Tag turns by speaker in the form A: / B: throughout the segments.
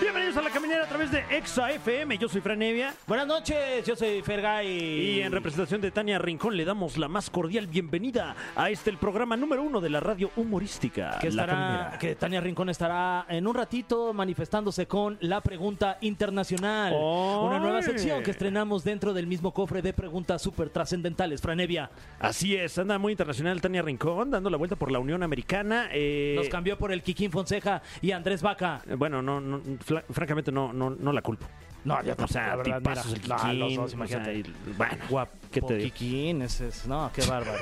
A: Bienvenidos a la caminera a través de Exa FM. Yo soy Fran Evia.
B: Buenas noches, yo soy Fergay.
A: Y en representación de Tania Rincón le damos la más cordial bienvenida a este el programa número uno de la radio humorística.
B: que,
A: La
B: estará,
A: Caminera.
B: que Tania Rincón estará en un ratito manifestándose con la pregunta internacional. Una nueva
A: ¡Ay!
B: sección que estrenamos dentro del mismo cofre de preguntas súper trascendentales. Franevia,
A: Así es, anda muy internacional Tania Rincón, dando la vuelta por la Unión Americana. eh,
B: nos cambió por el Kikín Fonseja y Andrés Vaca.
A: eh, bueno, no, no, fla- francamente no, no, no la culpo.
B: No, yo
A: O sea,
B: tampoco, la verdad,
A: tipazos
B: mira. No,
A: el
B: los
A: Kikín,
B: dos,
A: o
B: imagínate.
A: sea, y- bueno,
B: Guapo,
A: ¿qué te digo?
B: Oh, Kikín, ese es- no, qué bárbaro.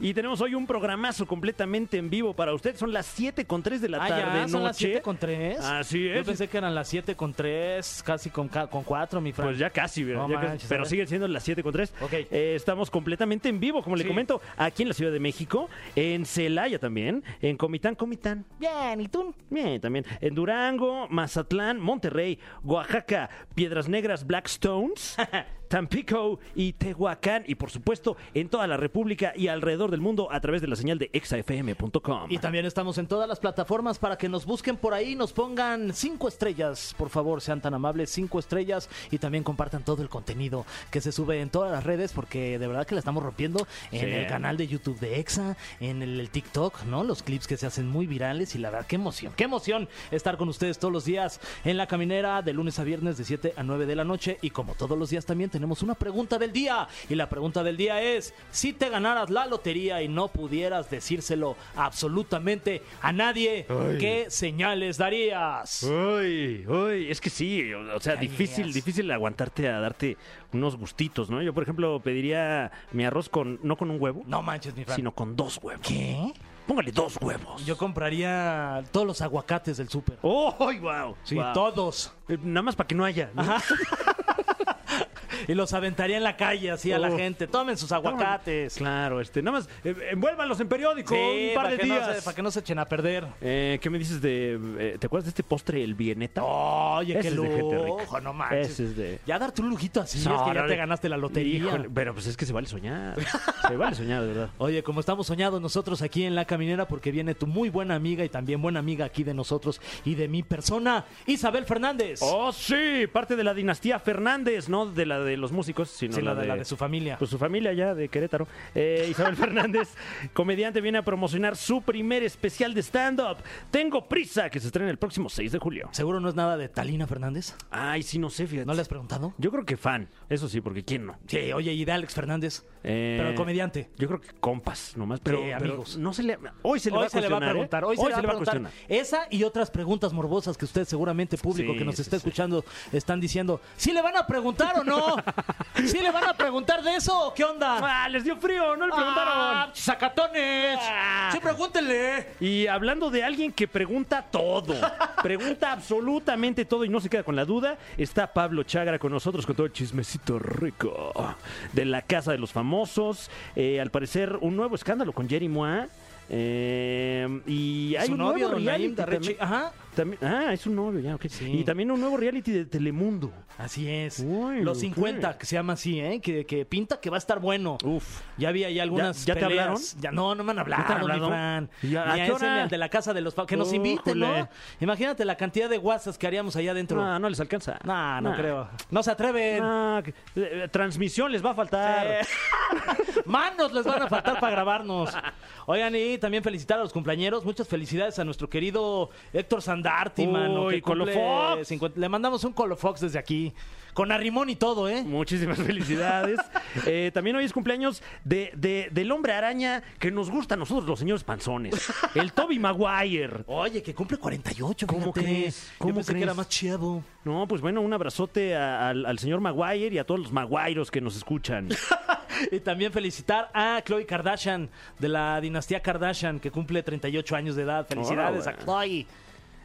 A: Y tenemos hoy un programazo completamente en vivo para usted. Son las 7 con 3 de la
B: ah,
A: tarde
B: ya, son las
A: noche.
B: 7 con 3.
A: Así
B: Yo
A: es.
B: pensé que eran las 7 con 3, casi con, ca- con 4, mi Fran.
A: Pues ya casi, ¿verdad?
B: No
A: Ya casi.
B: manches, a
A: pero
B: ver.
A: siguen siendo las 7 con 3.
B: Ok.
A: estamos completamente en vivo, como le
B: Sí.
A: comento, aquí en la Ciudad de México, en Celaya también, en Comitán, Comitán.
B: Bien, ¿y tú?
A: Bien, también. En Durango, Mazatlán, Monterrey, Oaxaca, Piedras Negras, Blackstones, Tampico y Tehuacán. Y por supuesto, en toda la República y alrededor del mundo a través de la señal de exafm.com.
B: Y también estamos en todas las plataformas para que nos busquen por ahí, nos pongan cinco estrellas, por favor, sean tan amables, cinco estrellas y también compartan todo el contenido que se sube en todas las redes porque de verdad que la estamos rompiendo en
A: Sí.
B: el canal de YouTube de EXA, en el, el TikTok, ¿no? Los clips que se hacen muy virales y la verdad, qué emoción, qué emoción estar con ustedes todos los días en la caminera de lunes a viernes de 7 a 9 de la noche y como todos los días también tenemos una pregunta del día y la pregunta del día es, si te ganaras la lotería y no pudieras decírselo absolutamente a nadie, ¿qué señales darías?
A: Uy, uy, es que sí, o o sea,
B: Ya
A: difícil,
B: llegas.
A: difícil aguantarte a darte unos gustitos, ¿no? Yo, por ejemplo, pediría mi arroz con, no con un huevo,
B: No manches, mi Fran.
A: sino con dos huevos.
B: ¿Qué?
A: Póngale dos huevos.
B: Yo compraría todos los aguacates del súper.
A: ¡Oh, wow!
B: Sí, todos.
A: Eh, Nada más para que no haya. ¿no?
B: Y los aventaría en la calle así a la
A: Uf.
B: gente. Tomen sus aguacates.
A: Claro, este, nada más, eh, envuélvanlos en periódico
B: Sí,
A: un par
B: para
A: de
B: que no
A: días.
B: se- para que no se echen a perder.
A: Eh, ¿Qué me dices de, eh, te acuerdas de este postre, el vieneta?
B: Oye,
A: Ese
B: qué
A: es de gente rica.
B: lujo, no manches.
A: Ese es de-
B: Ya darte un lujito así,
A: No,
B: es que ya
A: no,
B: te
A: no.
B: ganaste la lotería.
A: Híjole, pero pues es que se vale soñar. se vale soñar, de verdad.
B: Oye, como estamos soñados nosotros aquí en La Caminera, porque viene tu muy buena amiga y también buena amiga aquí de nosotros y de mi persona, Isabel Fernández.
A: Oh, sí, parte de la dinastía Fernández, no de la de los músicos, sino
B: Sí,
A: la,
B: la, de, la de su familia.
A: Pues su familia ya de Querétaro. Eh, Isabel Fernández, comediante, viene a promocionar su primer especial de stand-up. Tengo prisa, que se estrena el próximo 6 de julio.
B: ¿Seguro no es nada de Talina Fernández?
A: Ay, sí, no sé, fíjate.
B: ¿No le has preguntado?
A: Yo creo que fan, eso sí, porque ¿quién no?
B: Sí, oye, y de Alex Fernández.
A: Eh,
B: Pero el comediante.
A: Yo creo que compas nomás, pero,
B: Sí,
A: pero
B: amigos.
A: no se le, hoy se le, va,
B: hoy
A: a
B: se le va a
A: cuestionar, ¿eh?
B: preguntar. Hoy, se, le va a preguntar.
A: cuestionar.
B: Esa y otras preguntas morbosas que usted seguramente, público
A: Sí,
B: que nos
A: sí,
B: está
A: sí.
B: escuchando, están diciendo, ¿sí le van a preguntar o no? ¿Sí le van a preguntar de eso o qué onda?
A: Ah, les dio frío, no le preguntaron.
B: Ah, ¡Sacatones!
A: Ah.
B: ¡Sí, pregúntenle!
A: Y hablando de alguien que pregunta todo, pregunta absolutamente todo y no se queda con la duda, está Pablo Chagra con nosotros con todo el chismecito rico de la Casa de los Famosos. Eh, al parecer, un nuevo escándalo con Jerry Moa. Eh, y hay
B: Su
A: un
B: novio,
A: nuevo
B: don Naim
A: reality
B: Darreche.
A: también-
B: Ajá.
A: también- ah, es un novio, ya, ok.
B: Sí.
A: Y también un nuevo reality de Telemundo.
B: Así es.
A: Uy,
B: Los
A: ok.
B: 50, que se llama así, ¿eh? Que, que pinta que va a estar bueno.
A: Uf.
B: Ya había ya algunas
A: ¿Ya- ya te
B: peleas.
A: hablaron?
B: Ya, no, no me han hablado,
A: ¿No te han hablado?
B: mi Fran.
A: ¿Y a-
B: Ni
A: a
B: a
A: qué
B: ese, ni
A: hora?
B: al de la casa de los... fa- Que nos inviten,
A: Ujule.
B: ¿no? Imagínate la cantidad de guasas que haríamos allá adentro.
A: Ah, No, no les alcanza.
B: No, no
A: Nah.
B: creo. No se atreven.
A: Nah, que- eh, eh, transmisión les va a faltar.
B: Eh, Manos les van a faltar para grabarnos. Oigan, y también felicitar a los cumpleañeros. Muchas felicidades a nuestro querido Héctor Sandarti,
A: Uy,
B: mano. que cumple
A: Colofox.
B: 50. Le mandamos un Colofox desde aquí. Con arrimón y todo,
A: Mm.
B: ¿eh?
A: Muchísimas felicidades. Eh, también hoy es cumpleaños de, de- del hombre araña que nos gusta a nosotros, los señores panzones. El Toby Maguire.
B: Oye, que cumple 48,
A: ¿Cómo
B: fíjate.
A: crees?
B: Yo
A: ¿Cómo
B: pensé
A: crees?
B: que era más chavo.
A: No, pues bueno, un abrazote a- al, al señor Maguire y a todos los Maguiros que nos escuchan.
B: Y también felicitar a Chloe Kardashian, de la dinastía Kardashian, que cumple 38 años de edad. Felicidades
A: Órale.
B: a Chloe.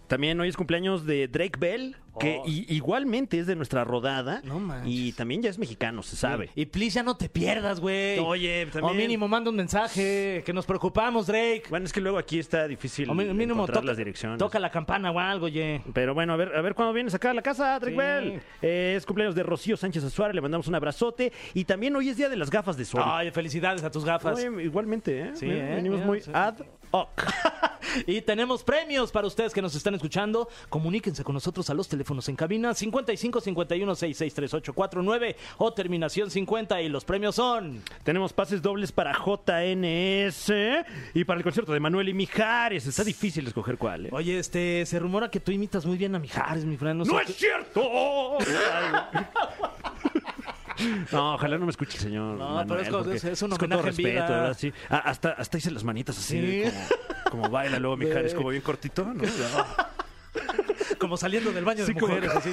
A: También hoy es cumpleaños de Drake Bell, que
B: Oh.
A: i- igualmente es de nuestra rodada.
B: No manches.
A: y también ya es mexicano, se sabe.
B: Y please, ya no te pierdas, güey.
A: Oye,
B: O
A: también-
B: mínimo, manda un mensaje. Que nos preocupamos, Drake.
A: Bueno, es que luego aquí está difícil
B: O mi- mínimo,
A: encontrar
B: toca,
A: las direcciones.
B: toca la campana o algo, oye.
A: Pero bueno, a ver, a ver cuándo vienes acá a la casa, Drake
B: Sí.
A: Bell. Eh, es cumpleaños de Rocío Sánchez Azuara, le mandamos un abrazote. Y también hoy es día de las gafas de sol.
B: Ay, felicidades a tus gafas.
A: Oye, igualmente, ¿eh?
B: Sí,
A: Mira,
B: ¿eh?
A: Venimos
B: Mira,
A: muy
B: sí.
A: ad hoc.
B: Y tenemos premios para ustedes que nos están escuchando. Comuníquense con nosotros a los teléfonos en cabina 55 51 663849 o terminación 50 y los premios son
A: Tenemos pases dobles para JNS y para el concierto de Manuel y Mijares. Está difícil escoger cuál. ¿eh?
B: Oye, este, se rumora que tú imitas muy bien a Mijares, mi Fran. No, sé
A: ¡No
B: qué-
A: es cierto! No, ojalá no me escuche el señor.
B: No, pero es como-
A: porque
B: es- es un
A: con todo
B: homenaje en
A: respeto,
B: vida.
A: ¿verdad? Sí. Ah, hasta, hasta hice las manitas
B: Sí.
A: así, de como, como baila luego Mijares,
B: De-
A: como bien cortito. ¿no?
B: Como saliendo del baño
A: Sí,
B: de
A: como-
B: mujeres, así.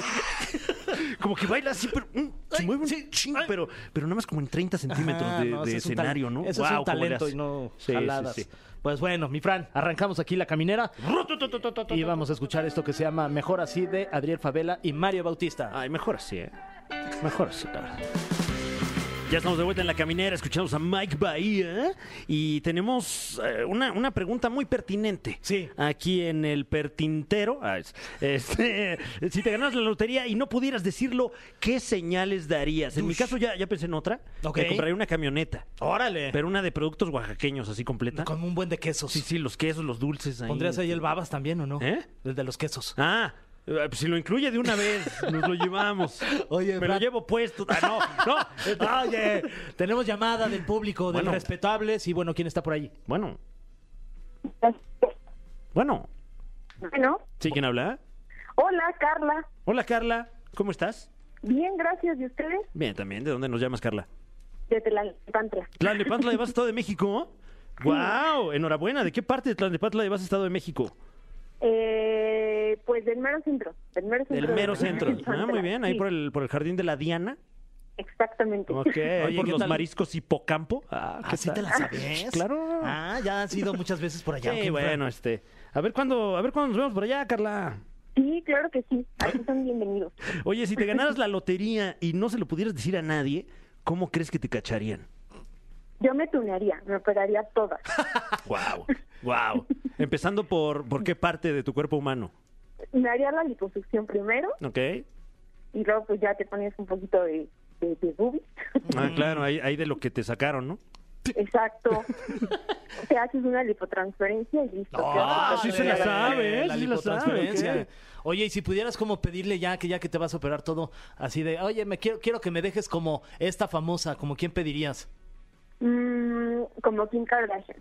A: Como que baila así, pero mm, se
B: Ay,
A: mueve un
B: sí,
A: chingo,
B: ay.
A: pero, pero nada más como en 30 centímetros
B: Ah,
A: de,
B: no,
A: de
B: ese es un tal-
A: escenario, ¿no?
B: Ese es
A: Guau,
B: un
A: cómo le
B: talento
A: hace.
B: y no
A: Sí, sí,
B: jaladas.
A: sí.
B: Pues bueno, mi Fran, arrancamos aquí la caminera y vamos a escuchar esto que se llama Mejor así de Adriel Favela y Mario Bautista.
A: Ay, mejor así, ¿eh? Mejor así, la verdad. Ya estamos de vuelta en la caminera, escuchamos a Mike Bahía y tenemos eh, una, una pregunta muy pertinente.
B: Sí.
A: Aquí en el pertintero. Ah, es- este, si te ganas la lotería y no pudieras decirlo, ¿qué señales darías? En mi
B: Ush.
A: caso ya, ya pensé en otra.
B: Ok.
A: Me compraría una camioneta,
B: Órale.
A: pero una de productos oaxaqueños así completa.
B: Con un buen de quesos.
A: Sí, sí, los quesos, los dulces. Ahí.
B: ¿Pondrías ahí el babas también o no?
A: ¿Eh?
B: El de los quesos.
A: Ah, eh, pues si lo incluye de una vez, nos lo llevamos.
B: Oye,
A: me lo
B: Brad-
A: llevo puesto. Ah, no, no. Este-
B: Oye, tenemos llamada del público, de
A: Bueno.
B: los respetables y bueno, ¿quién está por ahí?
A: Bueno, bueno.
C: Bueno,
A: ¿Sí quién habla?
C: hola Carla.
A: Hola, Carla. ¿Cómo estás?
C: Bien, gracias. ¿Y ustedes?
A: Bien, también. ¿De dónde nos llamas, Carla?
C: Desde la Pantla.
A: ¿Tlalnepantla de Vas Estado de México? ¡Wow! Enhorabuena. ¿De qué parte de Tlalnepantla de Vas Estado de México?
C: Eh, pues del mero centro. Del mero centro.
A: Del mero centro.
C: Pantla,
A: Ah, muy bien. Ahí
C: sí,
A: por el, por el Jardín de la Diana.
C: Exactamente.
A: Ok. ahí
B: Oye,
A: por
B: ¿qué
A: los
B: tal?
A: mariscos hipocampo. Ah, ¿qué
B: ¿Así te
A: tal?
B: la sabes?
A: Claro.
B: Ah, ya has ido muchas veces por allá.
A: Sí,
B: ¿ok,
A: bueno,
B: Fran?
A: este. A ver cuándo, a ver cuándo nos vemos por allá, Carla.
C: Sí, claro que sí. Aquí son bienvenidos.
A: Oye, si te ganaras la lotería y no se lo pudieras decir a nadie, ¿cómo crees que te cacharían?
C: Yo me tunearía, me operaría todas.
A: Wow, wow. Empezando por por qué parte de tu cuerpo humano,
C: Me haría la liposucción primero
A: ¿ok?
C: y luego pues ya te pones un poquito de, de, de boobies. Mm.
A: Ah, claro, ahí, ahí de lo que te sacaron, ¿no?
C: Exacto. te haces una lipotransferencia y listo. te
A: Ah,
C: haces
A: sí
C: otra
A: se la
C: vez.
A: sabe, ¿eh?
B: La
A: Sí se la sabe,
B: lipotransferencia.
A: ok.
B: Oye, y si pudieras como pedirle ya que ya que te vas a operar todo, así de, oye, me quiero, quiero que me dejes como esta famosa, como quién pedirías.
C: Mm, como Kim Kardashian.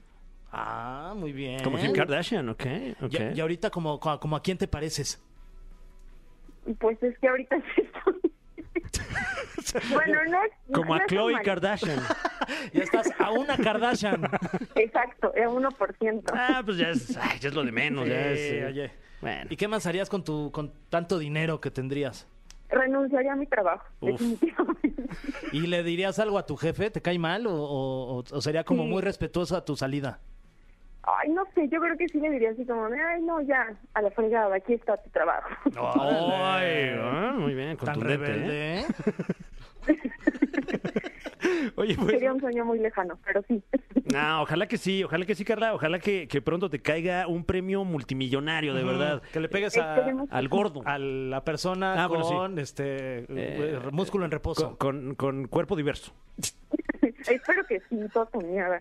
B: Ah, muy bien.
C: ¿Eh?
A: Como Kim Kardashian, ¿ok? ok.
B: Y, y ahorita como, co- como a quién te pareces.
C: Pues es que ahorita sí estoy. bueno, no es.
A: Como
C: no
A: a
C: es
A: Chloe
C: normal.
A: Kardashian.
B: Ya estás a una Kardashian.
C: Exacto, era 1%.
A: Ah, pues ya es, ay, ya es lo de menos, ya es,
B: Sí,
A: eh,
B: oye.
A: Bueno.
B: ¿Y qué más harías con tu con tanto dinero que tendrías?
C: Renunciaría a mi trabajo,
A: Uf.
C: definitivamente.
B: ¿Y le dirías algo a tu jefe? ¿Te cae mal o, o- o- o sería como
C: Sí.
B: muy respetuosa tu salida?
C: Ay, no sé, yo creo que sí le diría así como, ay, no, ya, a la fregada, aquí está tu trabajo.
A: Ay, ah, muy bien,
B: Tan
A: contundente. ¿eh?
B: rebelde, ¿eh?
A: Oye, pues.
C: Sería un sueño muy lejano, pero sí.
A: No, ojalá que sí, ojalá que sí, Carla. Ojalá que, que pronto te caiga un premio multimillonario, de verdad.
B: Que le pegues a,
C: Esperemos.
A: Al gordo.
B: a la persona
A: Ah,
B: con
A: bueno, sí.
B: este
A: Eh,
B: músculo en
A: Con,
B: reposo.
A: con- con cuerpo diverso.
C: Espero que sí, todo tu mierda.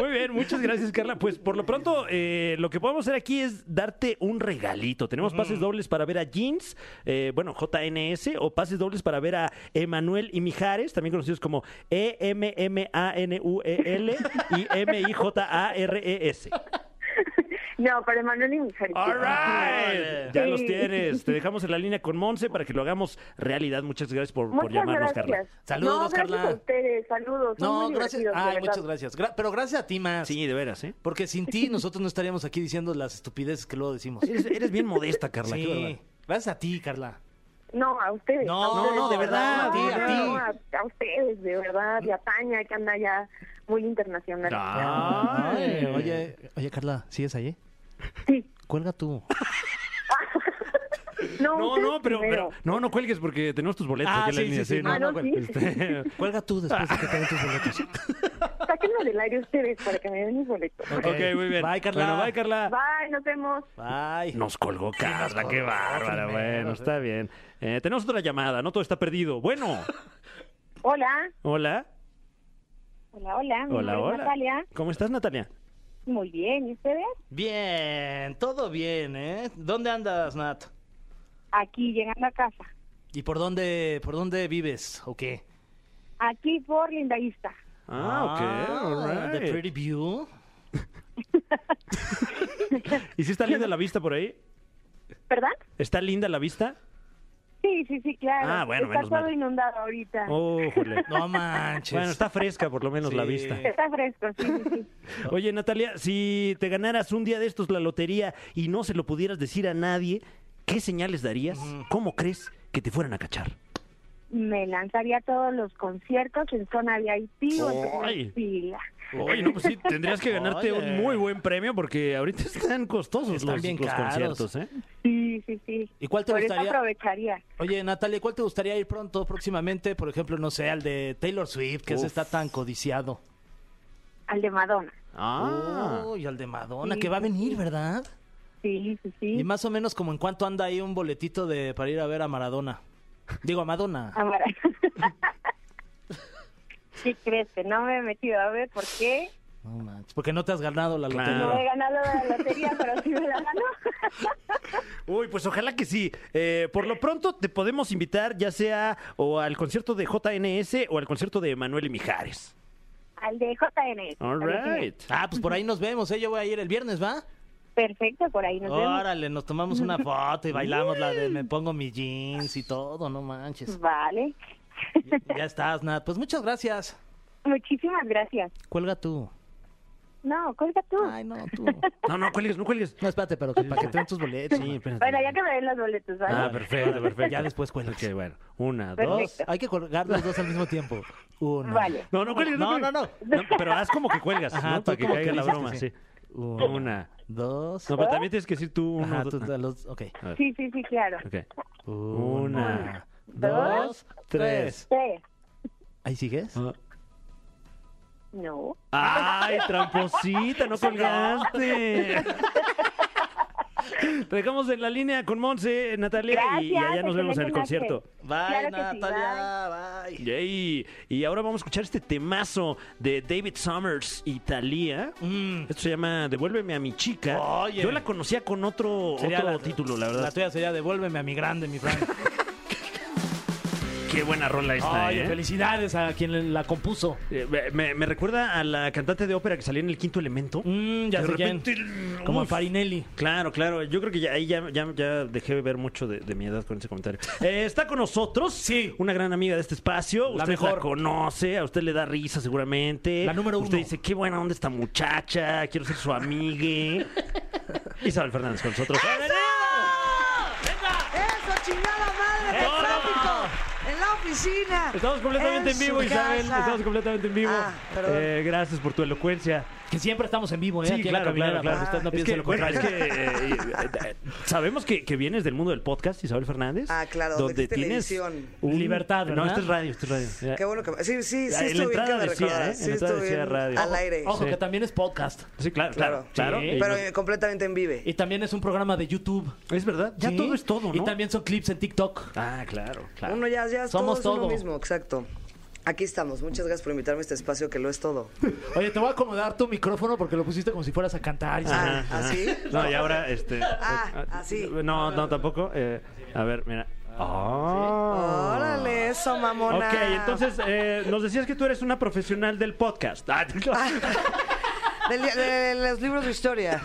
A: Muy bien, muchas gracias, Carla. Pues por lo pronto, eh, lo que podemos hacer aquí es darte un regalito. Tenemos pases dobles para ver a Jeans, eh, bueno, JNS, o pases dobles para ver a Emanuel y Mijares, también conocidos como E E-M-M-A-N-U-E-L E y M-I-J-A-R-E-S.
C: No, para Manuel y mi
A: All right.
B: Órale.
A: Ya los
C: Sí.
A: tienes. Te dejamos en la línea con Monse para que lo hagamos realidad. Muchas gracias por, por
C: Muchas
A: llamarnos,
C: gracias.
A: Carla.
B: Saludos,
C: no, gracias
B: Carla.
C: a ustedes, saludos. son
B: No,
C: muy
B: gracias.
C: divertidos, de
B: Ay,
C: verdad.
B: muchas gracias. Gra- pero gracias a ti más.
A: Sí, de veras, ¿eh?
B: Porque sin ti nosotros no estaríamos aquí diciendo las estupideces que luego decimos.
A: Eres, eres bien modesta, Carla. qué
B: Sí.
A: bárbara.
B: Gracias a ti, Carla.
C: No, a ustedes.
B: No,
C: a
B: no,
C: ustedes,
B: no, de verdad,
C: No,
B: a ti, a ti.
C: no, a- a ustedes, de verdad. Y a Tania, que anda ya muy internacional.
A: Ay.
B: Ay, Oye, oye, Carla, ¿sigues ahí?
C: Sí.
B: Cuelga tú.
C: No,
A: No,
C: ustedes
A: no, pero,
C: primero.
A: pero- no, no cuelgues porque tenemos tus boletos
B: Ah,
A: aquí en la
B: sí, sí,
A: línea,
B: sí,
A: sí, ¿no?
C: Ah, no, sí.
A: Este,
B: Cuelga tú después de que te den tus boletos.
C: Sáquenme del aire ustedes para que me den mis boletos.
A: ok, muy bien.
B: Bye, Carla.
A: Bueno, bye, Carla.
C: Bye, nos vemos.
B: Bye.
A: Nos colgó Carla, qué bárbara.
B: primero,
A: Bueno,
B: sí.
A: está bien. Eh, tenemos otra llamada, no todo está perdido. Bueno,
C: Hola.
A: hola.
C: Hola, hola. Mi
A: Hola,
C: nombre
A: hola.
C: es Natalia.
A: ¿Cómo estás, Natalia?
C: Muy bien, ¿y ustedes?
B: Bien, todo bien, ¿eh? ¿Dónde andas, Nat?
C: Aquí, llegando a casa.
B: ¿Y por dónde, por dónde vives o qué?
C: Aquí por Lindaísta.
A: Ah, ok. all
B: The
A: right.
B: Pretty View.
A: ¿Y si está linda la vista por ahí?
C: ¿Perdón?
A: ¿Está linda la vista?
C: Sí, sí, sí, claro.
A: Ah, bueno,
C: Está
A: menos
C: todo
A: mal.
C: inundado ahorita.
A: Oh, jole.
B: No manches.
A: Bueno, está fresca por lo menos la
B: Sí.
A: vista.
C: Está fresco, sí, sí, sí.
A: Oye, Natalia, si te ganaras un día de estos la lotería y no se lo pudieras decir a nadie, ¿qué señales darías? ¿Cómo crees que te fueran a cachar?
C: Me lanzaría a todos los conciertos en zona VIP o en
A: Ay.
C: primera fila.
A: Oye, no, pues sí, tendrías que ganarte
B: Oye.
A: un muy buen premio porque ahorita están costosos
B: Están
A: los,
B: bien
A: los
B: caros.
A: conciertos, ¿eh?
C: Sí, sí, sí.
B: ¿Y cuál te
C: Por
B: gustaría?
C: eso aprovecharía.
B: Oye, Natalia, ¿cuál te gustaría ir pronto, próximamente? Por ejemplo, no sé, al de Taylor Swift, que ese
A: Uf.
B: está tan codiciado.
C: Al de Madonna.
A: Ah.
B: Uy, al de Madonna,
C: Sí,
B: que va a
C: sí,
B: venir,
C: sí.
B: ¿verdad?
C: Sí, sí,
B: Y
C: sí.
B: más o menos como en cuánto anda ahí un boletito de para ir a ver a Maradona. Digo, a Madonna.
C: Amara. ¿Qué crees? Que no me he metido a ver por qué.
B: No manches, porque no te has ganado la lotería.
A: Claro.
C: No he ganado la lotería, pero sí me la gano.
A: Uy, pues ojalá que sí. Eh, por lo pronto te podemos invitar ya sea o al concierto de JNS o al concierto de Manuel y Mijares.
C: Al de JN.
A: All right.
B: Ah, pues por ahí nos vemos, ¿eh? Yo voy a ir el viernes, ¿va?
C: Perfecto, por ahí nos vemos.
B: Órale, nos tomamos una foto y bailamos la de me pongo mis jeans y todo, no manches.
C: Vale.
B: Ya estás, Nat. Pues muchas gracias.
C: Muchísimas gracias.
B: Cuelga tú.
C: No, cuelga tú.
B: Ay, no, tú.
A: No, no cuelgues, no cuelgues.
B: No, espérate, pero que- para que te den tus boletos.
A: Sí, pues, espérate.
C: Bueno, ya que me den los boletos, ¿vale?
A: Ah, perfecto, perfecto.
B: Ya después cuelgas.
A: Ok, bueno. Una, dos.
B: Dos, hay que colgar los dos al mismo tiempo. Uno.
C: Vale.
A: No, no cuelgues, no
B: No,
A: cuelgues.
B: no,
A: No, pero haz como que cuelgas,
B: Ajá,
A: ¿no?
B: tú
A: Para que
B: como
A: caiga
B: que
A: la
B: dices,
A: broma,
B: sí.
A: sí.
B: Uno,
A: Una.
B: dos.
A: No, pero también tienes que decir tú uno,
B: Ajá,
A: dos.
B: tú, a los, ok.
C: Sí, sí, sí, claro.
A: Ok.
B: Una,
A: Una,
B: dos,
C: dos,
B: tres.
C: Tres.
B: ¿Ahí sigues?
C: No.
A: Ay, tramposita, no colgaste. Te dejamos en la línea con Monse, Natalia, y, y
C: Gracias,
A: allá nos vemos en el
C: excelente
A: concierto.
C: noche. Claro que sí,
B: bye.
A: Yay. Y ahora vamos a escuchar este temazo de David Summers y Thalía.
B: Mm.
A: Esto se llama Devuélveme a mi chica.
B: Oye.
A: Yo la conocía con otro,
B: Sería
A: otro
B: la-
A: título, la
B: La
A: verdad.
B: tuya sería devuélveme a mi grande, mi Fran.
A: Qué buena rola esta,
B: Oye,
A: ¿eh?
B: felicidades a quien la compuso.
A: Eh, me- Me, me recuerda a la cantante de ópera que salía en el quinto elemento.
B: Mm, ya
A: de
B: sé quién.
A: repente,
B: Como
A: uf.
B: Farinelli.
A: Claro, claro. Yo creo que ya, ahí ya, ya, ya dejé de ver mucho de, de mi edad con ese comentario. Eh, está con nosotros.
B: Sí.
A: Una gran amiga de este espacio.
B: La
A: usted
B: mejor.
A: la conoce, a usted le da risa seguramente.
B: La número
A: Usted
B: uno.
A: dice, qué buena onda esta muchacha, quiero ser su amigue. Isabel Fernández con nosotros.
D: ¡Eso, chingada madre!
A: ¡Eso!
D: ¡El tráfico! ¡En la oficina!
A: Estamos completamente en,
D: su
A: vivo, Isabel.
D: casa.
A: Estamos completamente en vivo.
D: Ah, perdón.
A: Eh, gracias por tu elocuencia.
B: Que siempre estamos en vivo, ¿eh? Aquí en la caminera, para que Usted no
A: es
B: piense
A: que,
B: lo
A: bueno,
B: contrario.
A: es que, eh, eh, eh, sabemos que, que vienes del mundo del podcast, Isabel Fernández.
D: Ah, claro, donde
A: donde
D: es
A: tienes
D: televisión.
B: Libertad,
A: No,
B: ¿verdad?
A: esto es radio, esto es radio. Ya.
D: Qué bueno que... Sí, sí, sí,
A: En la
D: estuvo bien que
A: entrada
D: me
A: decía,
D: recordaras.
A: ¿eh? En
D: Sí,
A: la entrada
D: estuvo
A: decía
D: bien
A: radio.
D: al aire.
B: Ojo,
A: Sí.
B: que también es podcast.
A: Sí, claro, claro,
D: Claro,
A: claro.
B: sí.
A: Y
D: Pero
A: nos-
D: eh, completamente en vive.
B: Y también es un programa de YouTube.
A: es verdad, ya
B: Sí.
A: todo es todo, ¿no?
B: Y también son clips en TikTok.
A: Ah, claro, claro.
D: Uno ya, ya
B: Somos
D: todos uno
B: todo.
D: mismo, exacto. Aquí estamos. Muchas gracias por invitarme a este espacio que lo es todo.
B: Oye, te voy a acomodar tu micrófono porque lo pusiste como si fueras a cantar. Isabel.
D: Ah, ¿así?
A: No, y ahora, este...
D: Ah, así.
A: No, no, tampoco. eh, a ver, mira. Ah.
D: Órale, eso, mamona.
A: Ok, entonces eh, nos decías que tú eres una profesional del podcast. Ah,
D: Del- de los libros de historia.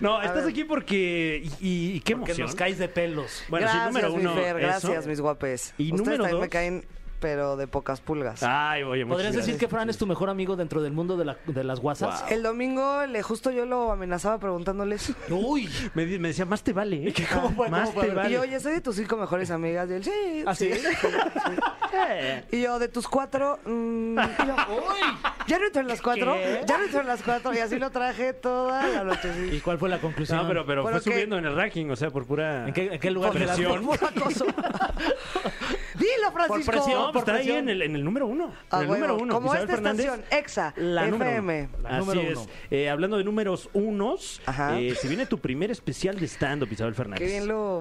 A: no, estás aquí porque... Y, y qué
B: que
A: emoción.
B: nos caes de pelos.
A: Bueno, sí,
D: gracias,
A: número uno.
D: mi Fer,
A: eso.
D: gracias, mis guapes.
A: Y
D: Ustedes
A: número
D: también
A: dos. Ah,
D: me caen pero de pocas pulgas.
A: Ay, oye, muchas
B: ¿Podrías decir
A: gracias.
B: que Fran es tu mejor amigo dentro del mundo de, la- de las guasas?
D: El domingo, le, justo yo lo amenazaba preguntándoles.
B: ¡Uy!
A: Me, di- me decía, más te vale. ¿eh?
B: cómo fue?
A: Más
B: ¿Cómo fue?
A: te
D: Y yo,
A: vale.
D: oye, soy de tus cinco mejores amigas. Y él, sí.
B: ¿Ah, sí?
A: Eh,
D: Y yo, de tus cuatro. mm, y yo, ya no entro en las cuatro.
B: ¿Qué?
D: Ya no entro en las cuatro. Y así lo traje toda la noche. sí.
B: ¿Y cuál fue la conclusión?
A: No, pero, pero
D: Bueno,
A: fue
D: ¿qué?
A: subiendo en el ranking, o sea, por pura...
B: ¿En qué, en qué lugar
A: Por
B: te la-
A: presión.
D: Por acoso. Dilo, Francisco.
B: presión,
A: No, pues
B: por
A: está ahí
B: presión.
A: en el, en el número uno.
D: Ah,
A: en el
D: bueno,
A: número uno.
D: como
A: Isabel
D: esta
A: Fernández,
D: estación, Exa,
A: la
D: FM.
A: Número uno.
B: La
A: Así
B: número
A: es.
B: uno.
A: Eh, hablando de números unos,
D: Ajá.
A: eh, se viene tu primer especial de stand-up, Isabel Fernández.
D: Qué bien lo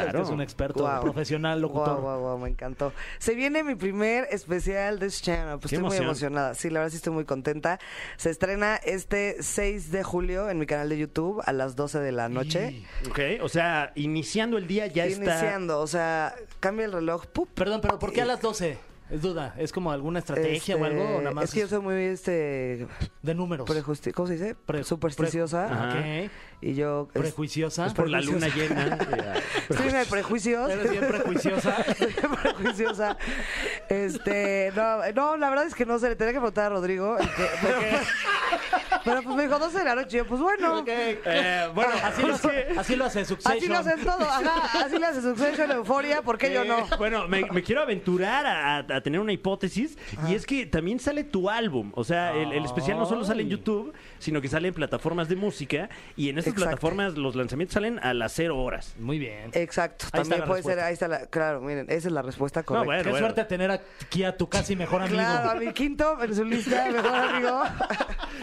B: Ay,
A: Claro.
B: Es un experto,
D: Guau.
B: profesional, locutor.
D: Guau, guau, guau, me encantó. Se viene mi primer especial de Channel. Pues
A: Qué
D: estoy
A: emoción.
D: muy emocionada. Sí, la verdad sí estoy muy contenta. Se estrena este 6 de julio en mi canal de YouTube a las 12 de la noche.
A: Ok, o sea, iniciando el día ya está...
D: Iniciando, o sea, cambia el reloj. ¡pup!
B: Perdón, pero ¿por qué a las 12? Es duda. ¿Es como alguna estrategia o
D: Eh, Este,
B: algo? o nada más
D: Es que yo soy muy este
B: de números.
D: prejusti- ¿cómo se dice?
B: Pre-
D: supersticiosa.
B: pre-
A: Ajá.
B: Ok.
D: Y yo es-
B: Prejuiciosa.
A: Por la luna llena. eh,
D: estoy llena de prejuicios.
B: Eres bien prejuiciosa.
D: prejuiciosa. Este, no, no, la verdad es que no sé, le tenía que preguntar a Rodrigo. el que- porque- pero pues me dijo 12 de la noche. y yo, pues bueno.
A: eh, bueno,
B: Así lo, hace, así lo hace Succession.
D: Así lo hacen todo, ajá, así lo hace Succession, Euforia, ¿por qué yo no?
A: Eh, Bueno, me, me quiero aventurar a, a- a tener una hipótesis y es que también sale tu álbum. O sea, el, el especial no solo sale en
B: Ay.
A: YouTube, sino que sale en plataformas de música y en estas
D: Exacto.
A: plataformas los lanzamientos salen a las cero horas.
B: Muy bien.
D: Exacto,
B: Ahí está
D: también
B: la
D: puede ser,
B: respuesta.
D: ahí está la, claro, miren, esa es la respuesta correcta.
A: bueno,
B: Qué suerte tener aquí a tu casi mejor amigo.
D: Claro, a mi quinto en su lista, mejor amigo.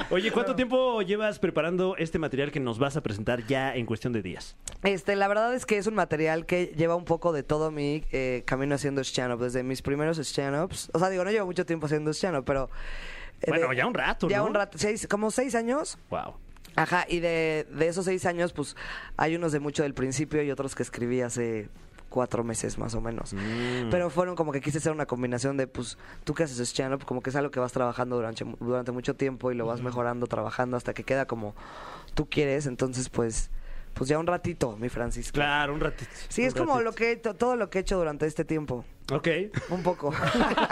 A: Oye, ¿cuánto tiempo llevas preparando este material que nos vas a presentar ya en cuestión de días?
D: Este, la verdad es que es un material que lleva un poco de todo mi eh, camino haciendo stand-up, desde mis primeros stand-ups. O sea, digo, no llevo mucho tiempo haciendo stand-up, pero... eh,
A: Bueno,
D: de-
A: ya un rato,
D: Ya
A: ¿no?
D: un rato, seis, como seis años.
A: Wow.
D: Ajá, y de, de esos seis años, pues hay unos de mucho del principio y otros que escribí hace cuatro meses más o menos.
A: Mm.
D: Pero fueron como que quise hacer una combinación de, pues, tú que haces stand-up, como que es algo que vas trabajando durante, mu- durante mucho tiempo y lo vas mejorando, trabajando hasta que queda como tú quieres. Entonces, pues, pues ya un ratito, mi Francisco.
A: Claro, un ratito.
D: Sí, es como lo que he hecho- todo lo que he hecho durante este tiempo,
A: Ok.
D: un poco.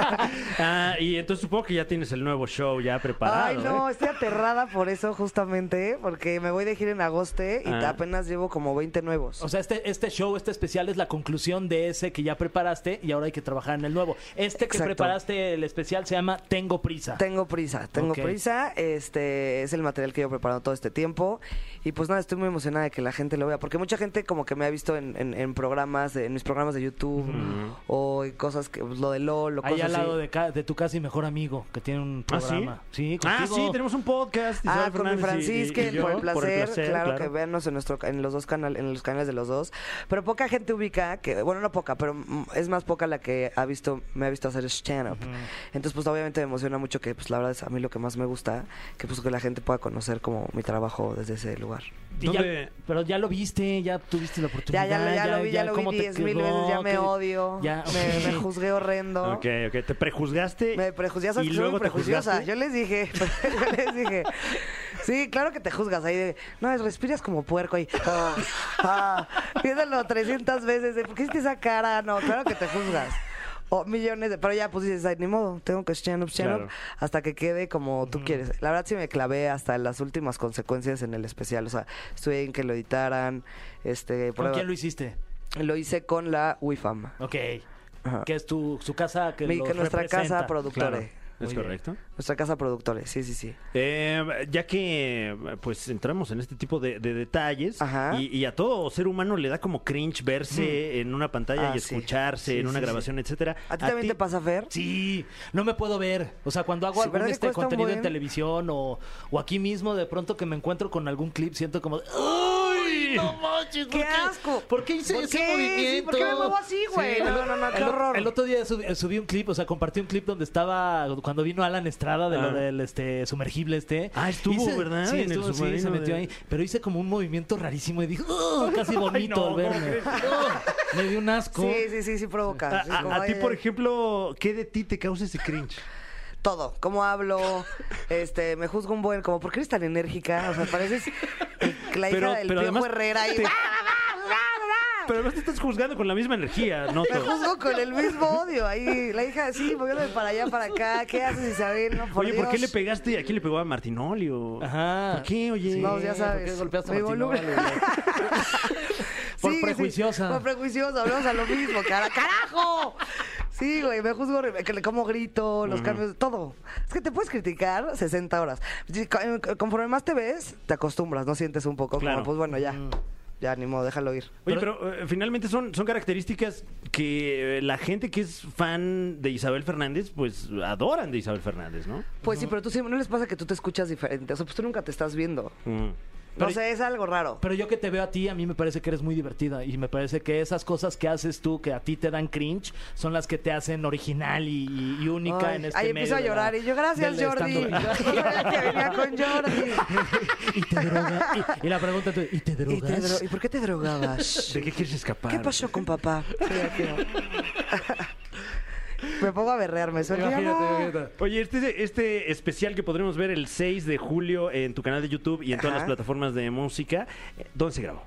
A: Ah, y entonces supongo que ya tienes el nuevo show ya preparado.
D: Ay, no,
A: ¿eh?
D: estoy aterrada por eso justamente, ¿eh? porque me voy de gira en agosto y
A: Ah.
D: apenas llevo como 20 nuevos.
B: O sea, este, este show, este especial es la conclusión de ese que ya preparaste y ahora hay que trabajar en el nuevo. Este que
D: Exacto.
B: preparaste, el especial, se llama Tengo Prisa.
D: Tengo prisa, tengo
B: Ok.
D: prisa. Este es el material que yo he preparado todo este tiempo. Y pues nada, estoy muy emocionada de que la gente lo vea. Porque mucha gente como que me ha visto en, en- en programas, en mis programas de YouTube, o en cosas que, pues, lo de LOL, o
B: Ahí
D: cosas
B: al lado
D: así.
B: de, ca- de tu casi mejor amigo que tiene un
A: ¿Ah, sí?
B: programa. Sí,
A: ah,
B: contigo.
A: sí, tenemos un podcast.
D: Ah,
A: Isabel
D: con
A: Fernández y-
D: mi
A: y-
D: Francisquen,
A: y yo,
D: por, el placer, claro, que
A: claro.
D: véanos en nuestro en los dos canales, en los canales de los dos. Pero poca gente ubica que, bueno, no poca, pero mm, es más poca la que ha visto, me ha visto hacer stand up. Entonces, pues obviamente me emociona mucho que pues la verdad es a mí lo que más me gusta, que pues que la gente pueda conocer como mi trabajo desde ese lugar.
B: Y ya-
A: ¿Dónde?
B: pero ya lo viste, ya tuviste la
D: Ya,
B: oportunidad.
D: ya, lo- ya lo vi, ya, lo
B: ¿cómo
D: vi
B: te
D: diez mil
B: quedó?
D: veces, ya me
B: ¿Qué-
D: odio,
B: ya,
D: me, me
B: ok.
D: juzgué horrendo.
A: Ok, ok. Te prejuzgaste.
D: Me prejuzgué, ya sabes
A: y
D: que soy
A: luego
D: muy
A: te
D: prejuiciosa.
A: juzgaste.
D: Yo les dije, yo les dije. Sí, claro que te juzgas ahí de, no, es- respiras como puerco ahí. Ah, ah, piénsalo 300 veces, de, ¿por qué hiciste esa cara? No, claro que te juzgas. O millones de, pero ya pues dices, ay, ni modo, tengo que stand up, stand up,
A: Claro.
D: hasta que quede como tú quieres. La verdad sí me clavé hasta las últimas consecuencias en el especial, o sea, estuve en que lo editaran, este,
B: ¿Con
D: prueba-
B: quién lo hiciste?
D: lo hice con la WIFAM,
B: Ok.
D: Ajá.
B: Que es tu, su casa que,
D: Mi-
B: los
D: que nuestra
B: representa.
D: casa productora.
A: Claro,
B: Muy
A: es
B: bien.
A: correcto.
D: nuestra casa productores, sí, sí, sí.
A: Eh, ya que eh, pues entramos en este tipo de, de detalles
D: Ajá.
A: y, y a todo ser humano le da como cringe verse en una pantalla
D: Ah,
A: y
D: sí.
A: escucharse
D: Sí,
A: en una
D: sí,
A: grabación, etcétera.
D: ¿A ti también te pasa, Fer?
B: Sí, no me puedo ver. O sea, cuando hago
D: Sí,
B: algún
D: ¿verdad que
B: este
D: cuesta un
B: contenido en
D: buen?
B: televisión o, o aquí mismo, de pronto que me encuentro con algún clip, siento como. ¡Uy! ¡No manches! ¿por
D: ¡Qué asco!
B: ¿Por qué hice
D: ¿Por
B: ese
D: qué? Sí,
B: movimiento?
D: ¿por qué me muevo así, güey?
B: el-
D: No, no, no, qué
B: el-
D: horror.
B: El otro día sub- eh, subí, un clip, o sea, compartí un clip donde estaba. Cuando vino Alan Estrada de
A: Ah.
B: lo del este, sumergible este.
A: Ah, estuvo, ¿verdad?
B: Sí,
A: En el
B: estuvo, sí, se
A: submarino
B: metió
A: de-
B: ahí. Pero hice como un movimiento rarísimo y dije. "Ugh", Casi bonito
A: no,
B: al
A: ¿cómo
B: verme. Ugh, me dio un asco.
D: Sí, sí, sí, sí provoca.
A: A,
D: Sí,
A: a-
D: como,
A: a ti,
D: ay,
A: por
D: ay,
A: ejemplo, ¿qué de ti te causa ese cringe?
D: Todo, cómo hablo, este, me juzgo un buen, como, ¿por qué eres tan enérgica? O sea, pareces el- la hija
A: Pero-
D: del
A: pero
D: Piojo ¡ah!
A: además
D: Herrera ahí.
A: te- Pero no te estás juzgando con la misma energía, no
D: Me juzgo con el mismo odio. Ahí la hija, sí, moviéndome para allá, para acá. ¿Qué haces, Isabel? No, por
A: Oye, ¿por qué le
D: Dios.
A: pegaste y aquí le pegó a Martinolio?
B: Ajá.
A: ¿Por qué, oye?
D: Sí, Vamos, ya
B: ¿por qué
D: sabes.
B: golpeaste a
D: Mi
B: Martín
D: volumen.
B: Órale? Por prejuiciosa.
D: por prejuiciosa, hablamos a lo mismo, cara. ¡Carajo! Sí, güey, me juzgo, horrible, que le- cómo grito, los cambios, todo. Es que te puedes criticar 60 horas. Sí, co- eh, Conforme más te ves, te acostumbras, ¿no? Sientes un poco
A: Claro.
D: como, pues bueno, ya. Ya, ni modo, déjalo ir.
A: Oye, pero eh, finalmente son, son características que eh, la gente que es fan de Isabel Fernández, pues adoran de Isabel Fernández, ¿no?
D: Pues sí, pero tú sí, ¿no les pasa que tú te escuchas diferente? O sea, pues tú nunca te estás viendo.
A: Mm.
D: no
B: Pero-
D: sé, es algo raro.
B: Pero yo que te veo a ti, a mí me parece que eres muy divertida y me parece que esas cosas que haces tú, que a ti te dan cringe, son las que te hacen original y, y- y única
D: Ay,
B: en este
D: ahí
B: medio
D: empiezo a
B: de la-
D: llorar y yo, gracias,
B: del
D: Jordi.
B: stand-up".
D: Yo sabía que venía con Jordi.
B: y te droga. Y, y la pregunta tú, ¿y te drogas?
D: ¿Y, te dro- ¿Y por qué te drogabas?
A: ¿De qué quieres escapar?
D: ¿Qué pasó con papá? Sí, aquí va. Me pongo a berrearme, suena.
B: Imagínate,
D: "Mi amor".
B: imagínate.
A: Oye, este, este especial que podremos ver el 6 de julio en tu canal de YouTube y en todas
D: Ajá.
A: las plataformas de música, eh, ¿dónde se grabó?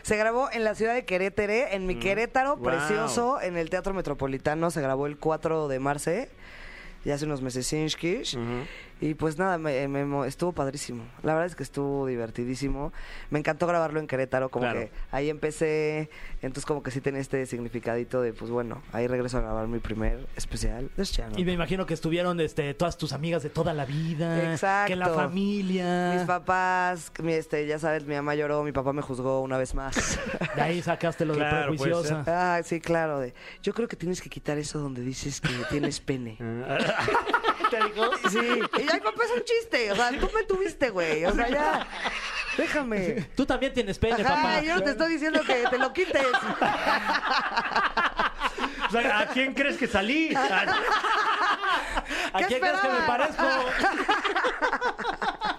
D: Se grabó en la ciudad de Querétaro, en mi Querétaro,
A: Wow.
D: precioso, en el Teatro Metropolitano. Se grabó el 4 de marzo, ya hace unos meses, Sinshkish. Y pues nada, me- me mo- estuvo padrísimo. La verdad es que estuvo divertidísimo. Me encantó grabarlo en Querétaro, como
A: Claro.
D: que ahí empecé. Entonces, como que sí tenía este significadito de, pues bueno, ahí regreso a grabar mi primer especial. de Channel.
B: Y me imagino que estuvieron este, todas tus amigas de toda la vida. Que la
D: Exacto.
B: familia.
D: Mis papás, mi, este, ya sabes, mi mamá lloró, mi papá me juzgó una vez más.
B: De ahí sacaste lo de
A: Claro, puede
B: prejuiciosa.
D: ah, sí, claro. de, yo creo que tienes que quitar eso donde dices que tienes pene.
B: Ah.
D: Sí. Y ya, papá, es un chiste. O sea, tú me tuviste, güey. O sea, ya. Déjame.
B: Tú también tienes pene, papá.
D: Ajá, yo no te estoy diciendo que te lo quites.
A: O sea, ¿a quién crees que salí? Ah,
B: ¿A
D: ¿Qué
B: quién crees que me
D: esperabas?
B: parezco?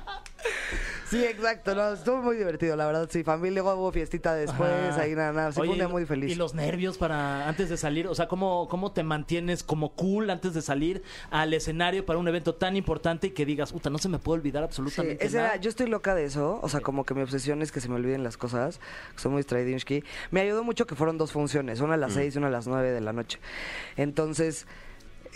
D: Sí, exacto. No, estuvo muy divertido, la verdad. Sí, familia, luego hubo fiestita después.
B: Ajá.
D: Pues, Ahí nada, nada. Sí, fue
B: Oye,
D: un día
B: y lo-
D: muy feliz.
B: Y los nervios para antes de salir, o sea, ¿cómo, cómo te mantienes como cool antes de salir al escenario para un evento tan importante y que digas, puta, no se me puede olvidar
D: Sí,
B: absolutamente
D: esa
B: nada?
D: era- yo estoy loca de eso. O sea, como que mi obsesión es que se me olviden las cosas. que Soy muy distraídinsky. Me ayudó mucho que fueron dos funciones, una a las seis y una a las nueve de la noche. Entonces,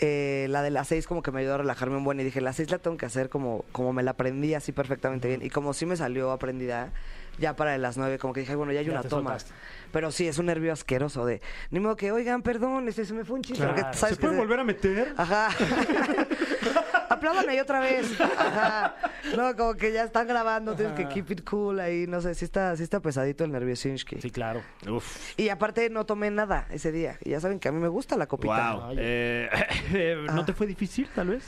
D: eh, la de las seis como que me ayudó a relajarme un buen y dije, las seis la tengo que hacer como, como me la aprendí así perfectamente bien. Y como sí me salió aprendida, ya para las nueve como que dije, "Ay, bueno, ya hay
B: Ya
D: una
B: te
D: toma.
B: soltaste.
D: Pero sí, es un nervio asqueroso de, ni modo que, oigan, perdón, este se me fue un chiste. porque
B: Claro.
D: sabes
A: ¿Se
D: que Ah.
A: puede volver a meter?
D: Ajá. Apláudame ahí otra vez. Ajá. No, como que ya están grabando, tienes que keep it cool ahí, no sé, sí está, sí está pesadito el nerviosinski.
B: Sí, claro.
A: Uf.
D: Y aparte no tomé nada ese día. Y ya saben que a mí me gusta la copita.
A: Wow.
B: Oye.
A: Eh,
D: Ah.
A: ¿No te fue difícil, tal vez?